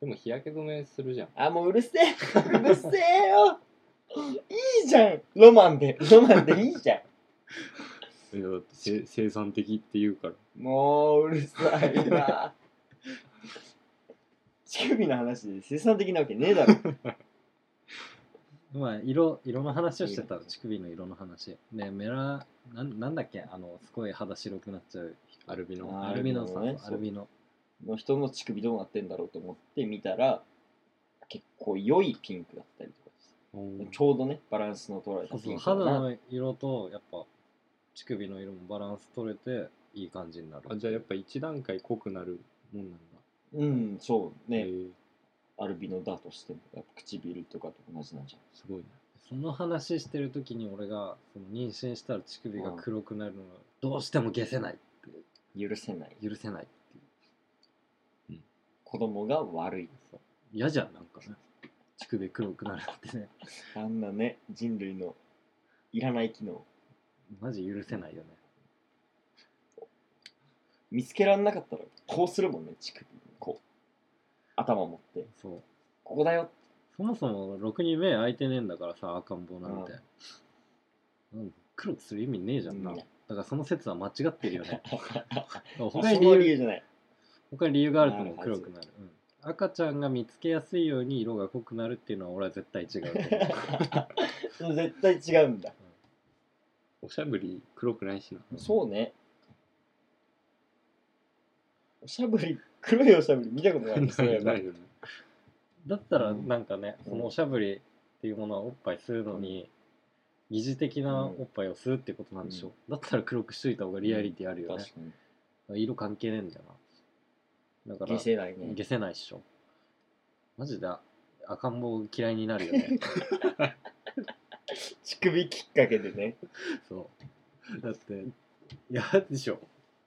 D: でも日焼け止めするじゃん
C: あ、もううるせえ。うるせえよ。いいじゃん。ロマンで。ロマンでいいじゃ
D: いやだってせ生産的って言うから
C: ん。もううるさいな。乳首の話で生産的なわけねえだろ。
B: まあ色色の話をしてたの乳首の色の話ねメラなんなんだっけあのすごい肌白くなっちゃう
D: アルビノ
C: あー
B: アルミノさ
C: アルミノね
B: アルミノ
C: の人の乳首どうなってんだろうと思って見たら、結構良いピンクだったりとかして。
D: うん
C: ちょうどね、バランスの取られ
B: そ
C: た
B: う
C: ピ
B: そ
C: ン
B: う
C: クだ
B: 肌
C: な
B: の色とやっぱ乳首の色もバランス取れていい感じになる
D: あじゃあやっぱ一段階濃くなるもんなんだ
C: うん、そうね、
D: へえ
C: アルビノだとしても、やっぱ唇とかと同じなんじ
D: すごいね
B: その話してる時に俺がその妊娠したら乳首が黒くなるのがどうしても消せないっ
C: ゃん。許せない。
B: て許せないっていう
C: 子供が悪い。
B: そう嫌じゃんなんかね乳首黒くなるってね
C: あんなね、人類のいらない機能。
B: マジ許せないよね
C: 見つけられなかったら、こうするもんね、乳首。こう。頭持って。
B: そう
C: ここだよ。
B: そもそもろくに目開いてねえんだからさ赤ん坊なんて、うん、黒くする意味ねえじゃんな、
C: うん
B: だからその説は間違ってるよ ね
C: そ
B: 他に理
C: の理
B: 由
C: 由じゃない。
B: 他に理由があるとも
C: なるは
B: 黒
C: ず
B: くなる、うん赤ちゃんが見つけやすいように色が濃くなるっていうのは俺は絶対違うと思う
C: 絶対違うんだ。
D: おしゃぶり黒くないしな
C: そうね。おしゃぶり、黒いおしゃぶり見たことない。 そういえば
D: ないよね
B: だったら
C: うん
B: なんかね、
C: うん
B: そのおしゃぶりっていうものはおっぱい吸うのに、疑似的なおっぱいを吸うってことなんでしょう、だったら黒くしといた方がリアリティあるよね
C: 確、かに。
B: 色関係ねえんだよなだか
C: 消
B: ら
C: せないね。
B: 消せないっしょマジで赤ん坊嫌いになる よね
C: 乳首きっかけでね。
B: そうだって嫌でしょ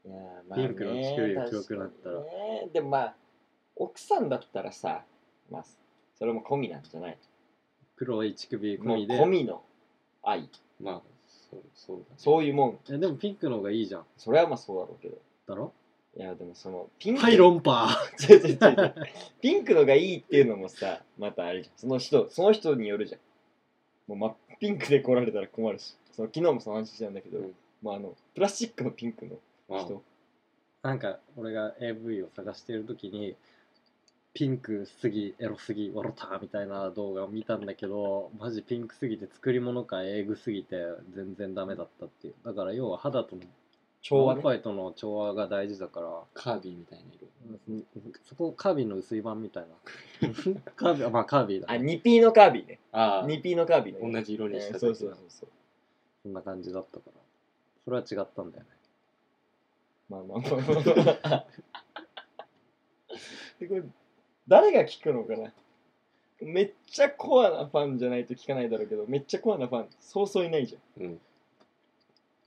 C: いやー
B: ピンクの乳首が黒くなったら
C: 確かにねでもまあ奥さんだったらさまあそれも込みなんじゃない
B: 黒い乳首込
C: もう
B: みで
C: 込みの愛
D: まあそうそうだね
C: そういうもん
B: えでもピンクの方がいいじゃん
C: それはまあそうだろうけど
B: だろ
C: いやでもそのピンク、
B: はい論破
C: 違う違う違う違うピンクのがいいっていうのもさまたあれじゃんその人その人によるじゃんもう、ま、ピンクで来られたら困るしその昨日もその話してたんだけど、
D: うん
C: まああのプラスチックのピンクの
D: あ
C: 人
B: なんか俺が AV を探してる時にピンクすぎエロすぎ笑ったみたいな動画を見たんだけどマジピンクすぎて作り物かえぐすぎて全然ダメだったっていうだから要は肌との
C: 調和ね
D: ファイトの調和が大事だから、
B: カービィみたいな色。
D: うんそこカービィの薄い版みたい な。カービィ、あまあカービィだ、
C: あ
D: ね。
C: 2P のカービィね
B: ああ、
C: 2P のカービィね
B: 同じ色にし
C: え
B: た
C: ー
B: 時
C: そうそうそうそう
D: そんな感じだったから。それは違ったんだよね。
C: まあまあまあま あでこれ誰が聞くのかなめっちゃコアなファンじゃないと聞かないだろうけどめっちゃコアなファンそうそういないじゃん
B: うん。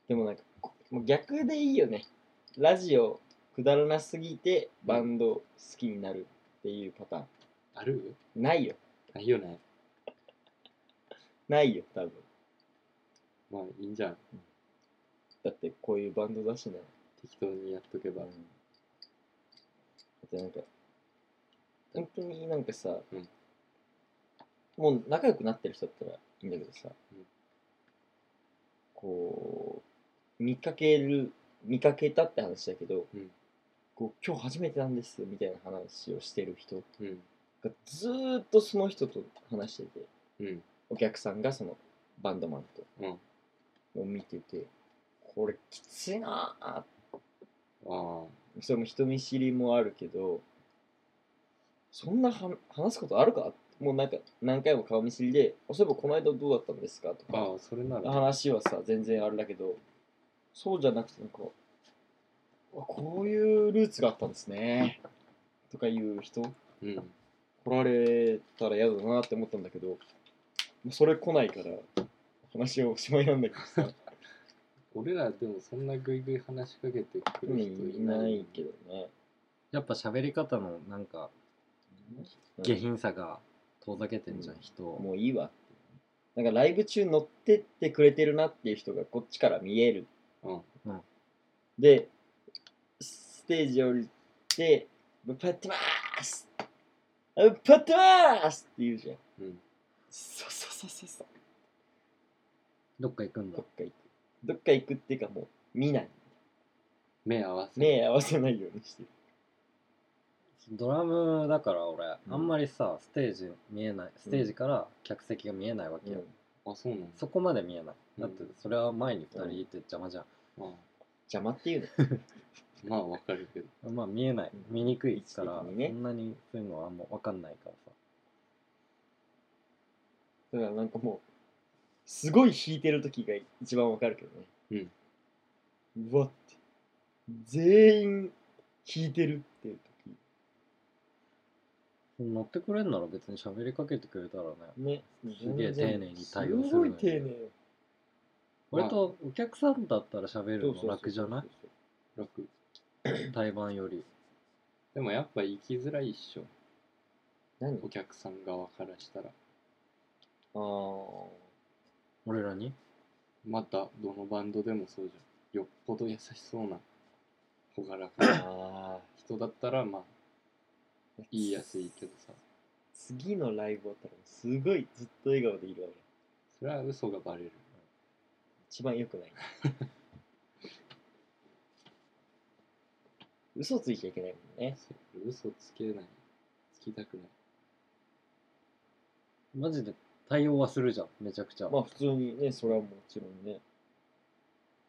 C: でもなんかこもう逆でいいよねラジオくだらなすぎてバンド好きになるっていうパターン、
B: ある
C: ないよ
B: ないよね。
C: ないよ多分
B: まあいいんじゃん。
C: だってこういうバンドだしね
B: 適当にやっとけば。
C: だってなんか本当になんかさ、
B: うん
C: もう仲良くなってる人だったらいいんだけどさ、
B: うん
C: こう見かける見かけたって話だけど、
B: うん
C: こう今日初めてなんですみたいな話をしてる人
B: うん。
C: がずーっとその人と話してて
B: うん。
C: お客さんがそのバンドマンと、を見ててこれきついなーって
B: あ
C: それも人見知りもあるけどそんなは話すことあるかもうなんか何回も顔見知りで「あそういえばこの間どうだったんですか?」と
B: あ。あ
C: か
B: あ、それなら。
C: 話はさ全然あれだけどそうじゃなくてなんか「あこういうルーツがあったんですね」とかいう人
B: うん。
C: 来られたら嫌だなって思ったんだけどもうそれ来ないから話はおしまいなんだけどさ
B: 俺らでもそんなグイグイ話しかけてくる 人
C: い
B: いない。
C: ないけどね
D: やっぱ喋り方のなんか
C: うん
D: 下品さが遠ざけてんじゃん、
C: う
D: 人を。
C: もういいわなんかライブ中乗ってってくれてるなっていう人がこっちから見える、
B: うん
D: うん
C: でステージ降りて「ぶっぱってます!」「ぶっぱってます!」って言うじゃん
B: うん。
C: そうそうそうそうそう
D: どっか行くんだ
C: どっ。か行くどっか行くっていうかもう見ない
B: 目合わせ。
C: 目合わせないようにしてる
D: ドラムだから俺、
C: うん
D: あんまりさステージ見えないステージから客席が見えないわけよ、
C: うん
B: あ、そうなの
D: そこまで見えないだって
B: うん
D: それは前に2人いて邪魔じゃん、
B: ああ
C: 邪魔っていうの
B: まあわかるけど。
D: まあ見えない
C: うん
D: 見にくいから、
C: 位置的にね
D: そんなにそういうのはあんま分かんないからさ
C: だからなんかもうすごい弾いてる時が一番わかるけどねうんうわって全員弾いてるっていう時
D: 乗ってくれんなら別に喋りかけてくれたらね
C: ね
D: すげえ丁寧に対応する
C: す
D: の
C: ご
D: に
C: い丁寧
D: 割とお客さんだったら喋
C: そ
D: る
C: うそうそう
D: の楽じゃない
B: 楽。
D: 対バンより
B: でもやっぱ行きづらいっしょ。
C: 何
B: お客さん側からしたら。
C: あー
D: 俺らに
B: またどのバンドでもそうじゃん。よっぽど優しそうな、ほがらかな
C: あ
B: 人だったら、まあ、
C: ー
B: 言いやすいけどさ。
C: 次のライブ終わったらすごいずっと笑顔でいるわ俺
B: それは嘘がバレる。
C: 一番良くない 嘘ついちゃいけないもんね
B: そう嘘つけない。つきたくない。
D: マジで対応はするじゃんめちゃくちゃ、
C: まあ普通にねそれはもちろんね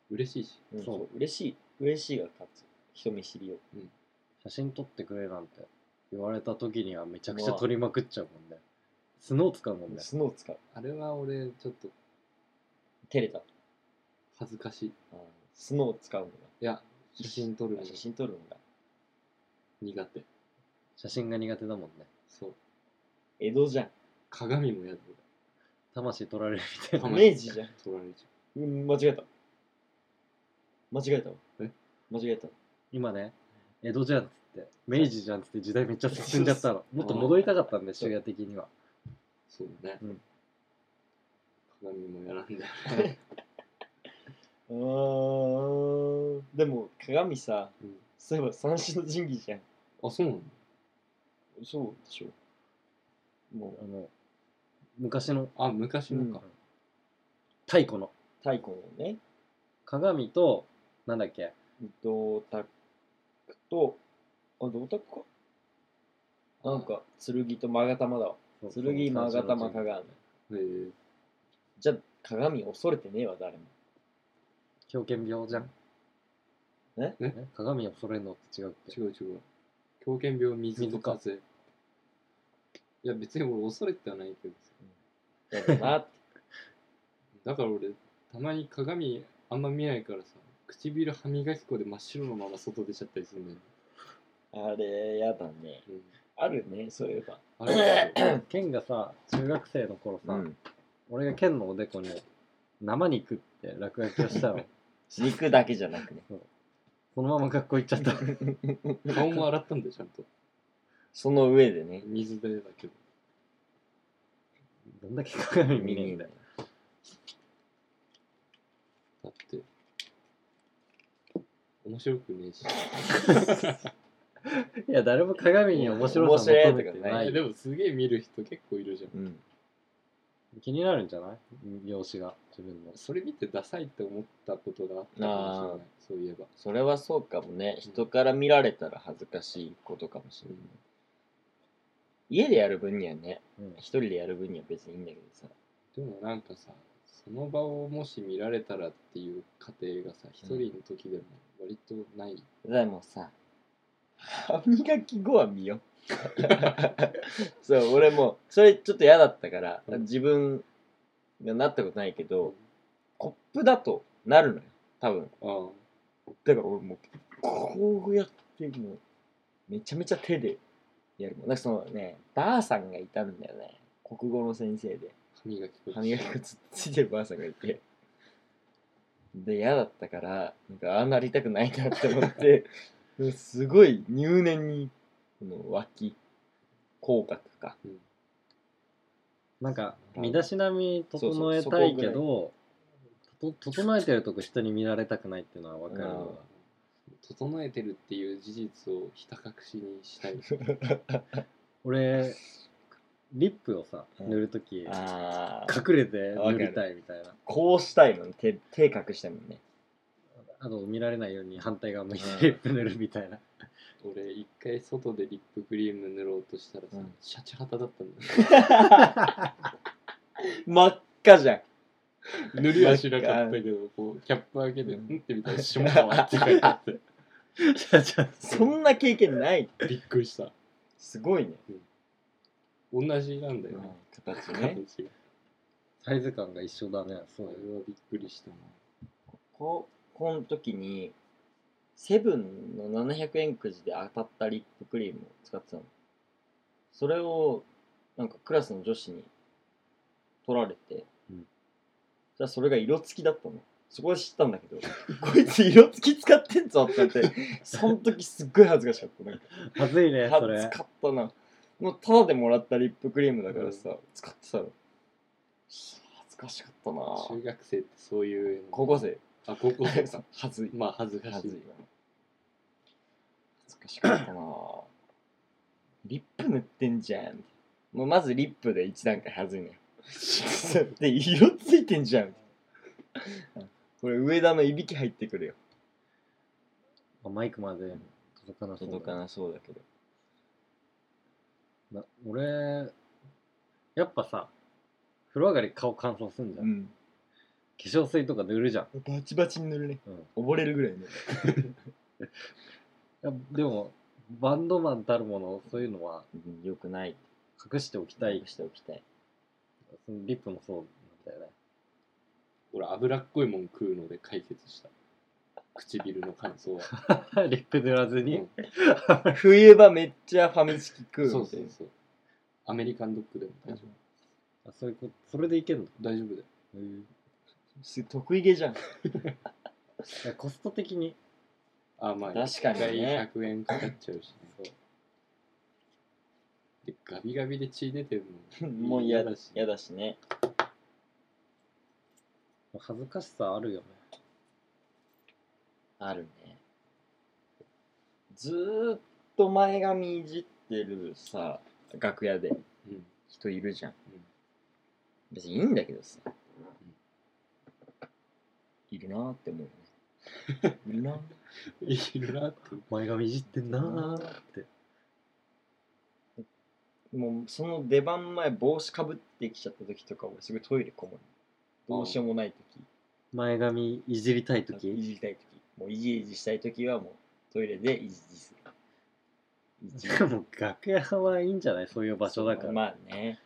B: 嬉しいし。
C: うん、
D: そう
C: そう嬉しい嬉しいが勝つ人見知りを
D: 写真撮ってくれなんて言われた時にはめちゃくち
C: う
D: ゃ
C: わ
D: 撮りまくっちゃうもんねスノー使うもんね
C: スノー使う
B: あれは俺、ちょっと
C: 照れた
B: 恥ずかしい。い
C: スノー使うのが
B: や、写真撮るの
C: あ写真撮るのが
B: 苦手。
D: 写真が苦手だもんね
B: そう。
C: 江戸じゃん
B: 鏡 もやる。
D: 魂取られるみたいな
B: 魂
C: 明治じゃん、
B: 撮られちゃ
C: うん、間違えた間違えたわ
B: え
C: 間違えたわ
D: 今ね江戸じゃんっつって明治じゃんっつって時代めっちゃ進んじゃったのもっと戻りたかったんで
B: そう
D: 昼夜的には
B: う。そうだね。
D: うん
B: 鏡もやらんで。
C: うーんでも鏡さ
B: うん
C: そういえば三種の神器じゃん
B: あ、そうなの
C: そうでしょも
D: あ
C: う
D: の昔の
B: あ、昔のか。
D: 太古の
C: 太古のね
D: 鏡となんだっけ
C: 銅鐸とあ銅鐸かなんか剣と勾玉だわ剣、勾玉、
D: 鏡
C: 鏡。
B: へえ
C: じゃあ、鏡恐れてねえわ、誰も。
D: 狂犬病じゃんえ鏡を揃えるのって違うっけ
B: 違う違う狂犬病水と風邪いや別に俺恐れてはないけ
C: だ
B: どさ
C: ろうな って
B: だから俺たまに鏡あんま見ないからさ唇歯磨き粉で真っ白のまま外出ちゃったりするんだよ、
C: あれやだね
B: ね
C: あるねそういえば
B: うん、あれですよ
D: ケンがさ中学生の頃さ、
C: うん
D: 俺がケンのおでこに生肉って落書きをした の
C: 肉だけじゃなくね
D: そのまま学校行っちゃった
B: 顔も洗ったんだよちゃんと
C: その上でね
B: 水でだけど
D: どんだけ鏡見ねえんだよ
B: だって面白くねえし
D: いや誰も鏡に面白さ求
C: 面白
D: め
C: い
D: て
C: とかね
D: ない
B: えでもすげえ見る人結構いるじゃん
C: うん
D: 気になるんじゃない容姿が自分の
B: それ見てダサいって思ったことがあったかもしれないそういえば
C: それはそうかもね人から見られたら恥ずかしいことかもしれない家でやる分にはね
D: うん
C: 一人でやる分には別にいいんだけどさ
B: でもなんかさその場をもし見られたらっていう過程がさ一人の時でも割とない、
C: でもさ歯磨き後は見よそう俺もそれちょっと嫌だったから、
B: うん
C: 自分がなったことないけど、コップだとなるのよ多分
B: ああ
C: だから俺もうこうやってもうめちゃめちゃ手でやるもんなんかそのねばあさんがいたんだよね国語の先生で
B: 歯磨き粉
C: 歯磨き粉つついてるばあさんがいてで嫌だったからなんかああなりたくないなって思ってでもすごい入念にこの脇口角か
D: なんか身だしなみ整えたいけどと整えてるとこ人に見られたくないっていうのは分かるわ
B: 整えてるっていう事実をひた隠しにした い
D: 俺リップをさ
C: うん
D: 塗るとき隠
C: ああ
D: れて塗りたいみたいな
C: こうしたいもん手手隠したいもんね
D: あと見られないように反対側向いて
C: うん
D: リップ塗るみたいな
B: 俺一回外でリップクリーム塗ろうとしたらさ、
C: うん
B: シャチハタだったんだよ
C: 真っ赤じゃん
B: 塗りはしなかったけどこうキャップ開けて
C: うん
B: うんってみたら下川って書いてあって
C: そんな経験ない
B: びっくりした
C: すごいね、
B: 同じなんだよね、
C: 形ね
B: 形が
D: サイズ感が一緒だねそう
B: あ
D: いう
B: れはびっくりしたな
C: ここの時にセブンの700円くじで当たったリップクリームを使ってたのそれをなんかクラスの女子に取られて、
D: うん
C: じゃあそれが色付きだったのそこで知ったんだけど こいつ色付き使ってんぞってなってその時すっごい恥ずかしかったなんか
D: はずいねそ
C: 恥ず
D: れ
C: かったなもうただでもらったリップクリームだからさ、使ってたの恥ずかしかったな
B: 中学生ってそういうの
C: 高校生
B: あ高校 生か
C: 恥ずい
B: まあ恥ずかし
C: 恥
B: い
C: ずいわ恥ずかしかったなぁリップ塗ってんじゃんもうまずリップで一段階恥ずいのよで色ついてんじゃんこれ上田のいびき入ってくるよ
D: マイクまで届かなそう
C: 届か
D: だ
C: なそうだけど
D: な俺やっぱさ風呂上がり顔乾燥すんじゃん化
C: ん
D: 粧水とか塗るじゃん
C: バチバチに塗るね、溺れるぐらいね
D: いやでもバンドマンたるものそういうのは
C: よくない
D: 隠しておきたい
C: しておきたい
D: そのリップもそうなんだよね
B: 俺脂っこいもん食うので解決した唇の乾燥は
D: リップ塗らずに、
B: うん
C: 冬場めっちゃファミチキ食う
B: そう
C: みた
B: そ
C: いう
B: そうアメリカンドッグでも大丈夫
D: あそういうことそれでいけんの
B: 大丈夫だよ
C: な得意げじゃん
D: いやコスト的に
B: あまあ
C: 確かにね
B: 1回100円かかっちゃうし、ね、でガビガビで血出てるの
C: もう嫌だし嫌だしね
D: 恥ずかしさあるよね
C: あるね。ずーっと前髪いじってるさ、楽屋で
B: うん
C: 人いるじゃん
B: ん。
C: 別にいいんだけどさ。いるなーって思うよね。いるなー
B: いるなって
D: 前髪いじってんなーって
C: もうその出番前帽子かぶってきちゃった時とか俺すごいトイレこもる。どうしようもない時。
D: 前髪いじりたい
C: い
D: 時
C: じりたい時。もうイジイジしたい時はもうトイレでイジイジするイジイジ
D: でも楽屋はいいんじゃないそう いう場所だから。
C: まあね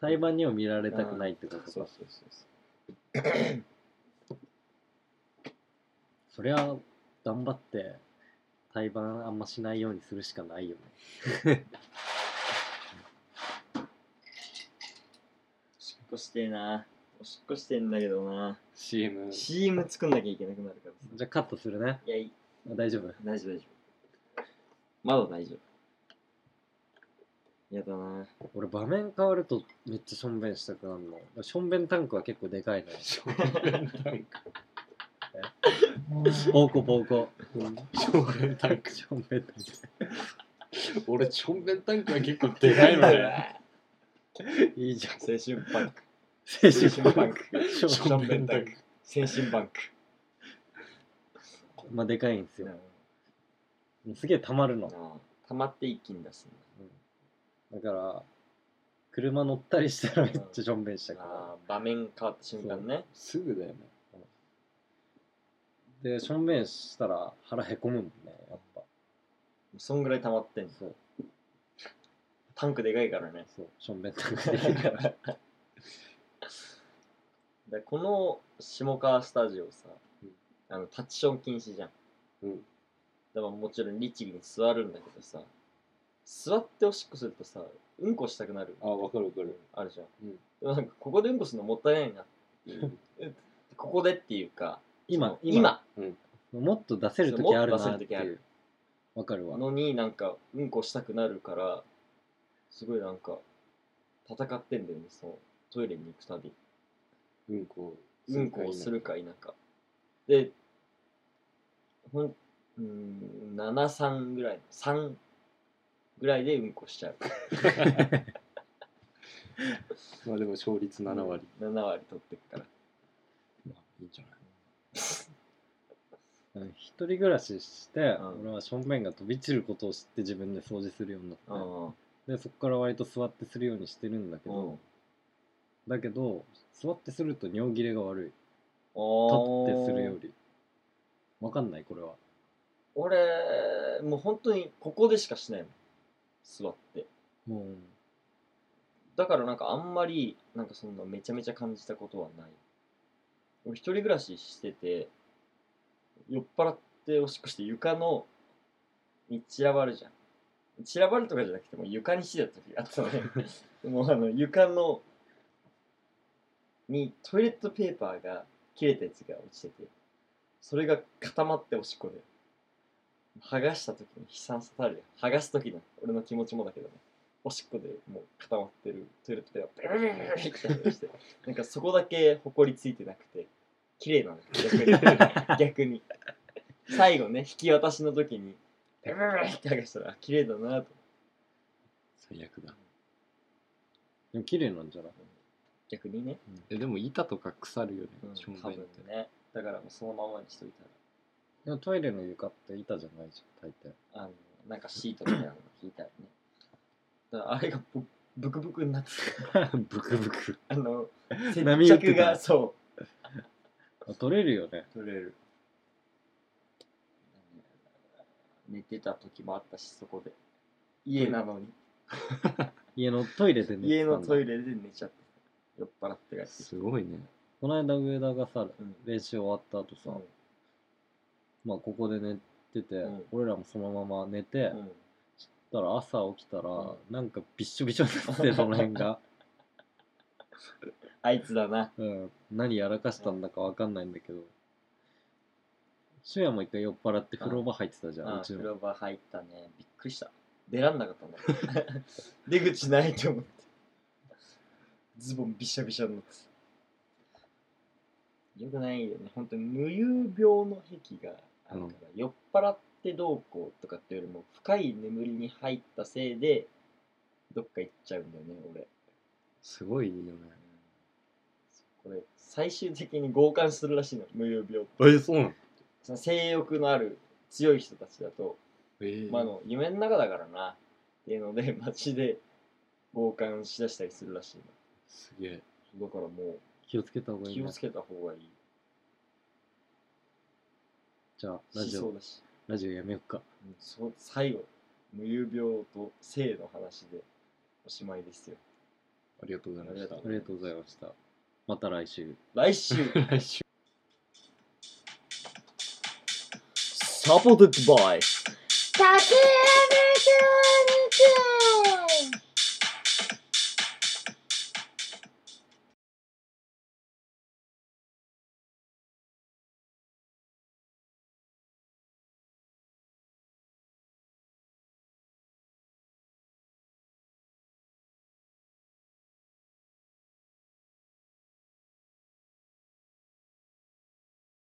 D: 対バンにも見られたくないってこ
C: そ
D: と
C: うそう
D: か。
C: そうそう
D: そりゃ、頑張って、対バンあんましないようにするしかないよね。
C: おしっこしてえなおしっこしてんだけどな
B: CM
C: CM 作んなきゃいけなくなるからさ
D: じゃあカットするね。
C: いやいい
D: あ大丈夫。
C: 大丈夫大丈夫まだ大丈夫やだな
D: 俺場面変わるとめっちゃしょんべんしたくなるの。しょんべんタンクは結構でかいのよ。
B: ショーベンタンク
D: 膀胱膀胱。
B: ショーベンタンク
D: しょんべんタンク。
B: 俺ショーベンタンクは結構でかいのね
D: いいじゃん。
C: 青春パンク
D: 精
C: 青
D: 神
C: 春
D: パ
C: パ
D: ン
C: ン
D: ク。
C: ク
B: ショーベンタンク
C: 青春パンク
D: まあでかいんですよ。すげえ溜まるの。
C: たまって一気に出すん
D: だから、車乗ったりしたらめっちゃしょんべんした
C: だ
D: か
C: あー場面変わった瞬間ね
B: すぐだよね
D: ら。で、しょんべんしたら腹へこむもんね、やっぱ。
C: そんぐらいたまってんの
D: そう、
C: タンクでかいからね
D: そう、しょんべんタンクできるから。
C: でこの下川スタジオさ、あのタッチション禁止じゃん、
B: うん
C: だからもちろん律儀に座るんだけどさ座っておしっこするとさうんこしたくなる
B: あわかるわかる
C: あるじゃん、
B: うん
C: でもなんかここでうんこするのもったいないなここでっていうか
D: 今、
C: その今
D: もっと出せる時あるなって
C: そうもっと出せる時あ
D: いう
C: る。
D: わかるわ。
C: のになんかうんこしたくなるからすごいなんか戦ってんだよねそうトイレに行くたび
B: うんこ
C: うんこをするか否か。で、ほん、うん、7、3ぐらい、3ぐらいでうんこしちゃう。
B: まあでも勝率7割、
C: 7割取ってくから。
B: まあいいんじゃない
D: うん一人暮らしして、
C: ん
D: 俺はしょんべんが飛び散ることを知って自分で掃除するようにな
C: あ
D: って、でそこから割と座ってするようにしてるんだけ
C: あ
D: ど、だけど座ってすると尿切れが悪い立ってするよ
C: お
D: りわかんないこれは
C: 俺、もう本当にここでしかしないもん。座って。
D: も
C: だからなんかあんまり、なんかそんなめちゃめちゃ感じたことはない。俺一人暮らししてて、酔っ払っておしっこして床の、に散らばるじゃん。散らばるとかじゃなくてもう床にしてた時があったね。もうあの床の、にトイレットペーパーが切れたやつが落ちてて、それが固まっておしっこで。剥がした時の悲惨さたるやん。剥がす時の俺の気持ちもだけどね。おしっこでもう固まってるトイレットペーパーブルブルブルブルって剥がしてなんかそこだけほこりついてなくて綺麗なの逆に逆に最後ね引き渡しの時にブルブルブルって剥がしたらあ綺麗だなと
B: 最悪だ
D: うでも綺麗なんじゃない
C: 逆にね、
B: えでも板とか腐るよね、
C: うん、
B: しょんべん
C: 多
B: っ
C: 分
B: て
C: ねだからもうそのままにしといた
D: でもトイレの床って板じゃないじゃん大抵
C: らあのなんかシートみたいなの引いたりねだからあれがブブクブクになって
D: ブクブク
C: たあの接
D: 波打って
C: 着
D: た
C: がそう
D: あ取れるよね
C: 取れる寝てた時もあったしそこで家なのに、
D: 家のトイレで寝
C: 家のト
D: イレ
C: イレで寝ちゃって酔っ払って帰ってきて
B: すごいね
D: この間上田がさ
C: うん
D: 練習終わった後さ、まあここで寝てて、
C: うん
D: 俺らもそのまま寝て、
C: うん
D: だから朝起きたら、
C: うん
D: なんかびっしょびしょになっててその辺 が、
C: あいつだな
D: うん、何やらかしたんだかわかんないんだけど柊也も一回酔っ払って風呂場入ってたじゃん
C: あ
D: うち
C: 風
D: の
C: 呂場入ったねびっくりした出らんなか ったね出口ないと思ってズボンびしゃびしゃになってたよくないよね本当に無遊病の癖があるから、酔っ払ってどうこうとかっていうよりも深い眠りに入ったせいでどっか行っちゃうんだよね俺
B: すごいよね
C: これ最終的に強姦するらしいの無遊病
B: えそうなの
C: その性欲のある強い人たちだと
B: えー、
C: まあ、あの夢の中だからなっていうので 街で強姦しだしたりするらしい
B: すげえ
C: のだからも
D: 気をつけた方
C: う
D: がいい
C: 気
D: ね
C: をつけた方がいい
D: じゃあラジ
C: そ
D: オ
C: うだし、
D: ラジオやめようか
C: うんそう最後無遊病と性の話でおしまいですよ
B: ありがとうございました
C: あ
D: ありがとうございましたまた来週
C: 来週
B: 来週
C: サポートバイ
E: 竹山兄弟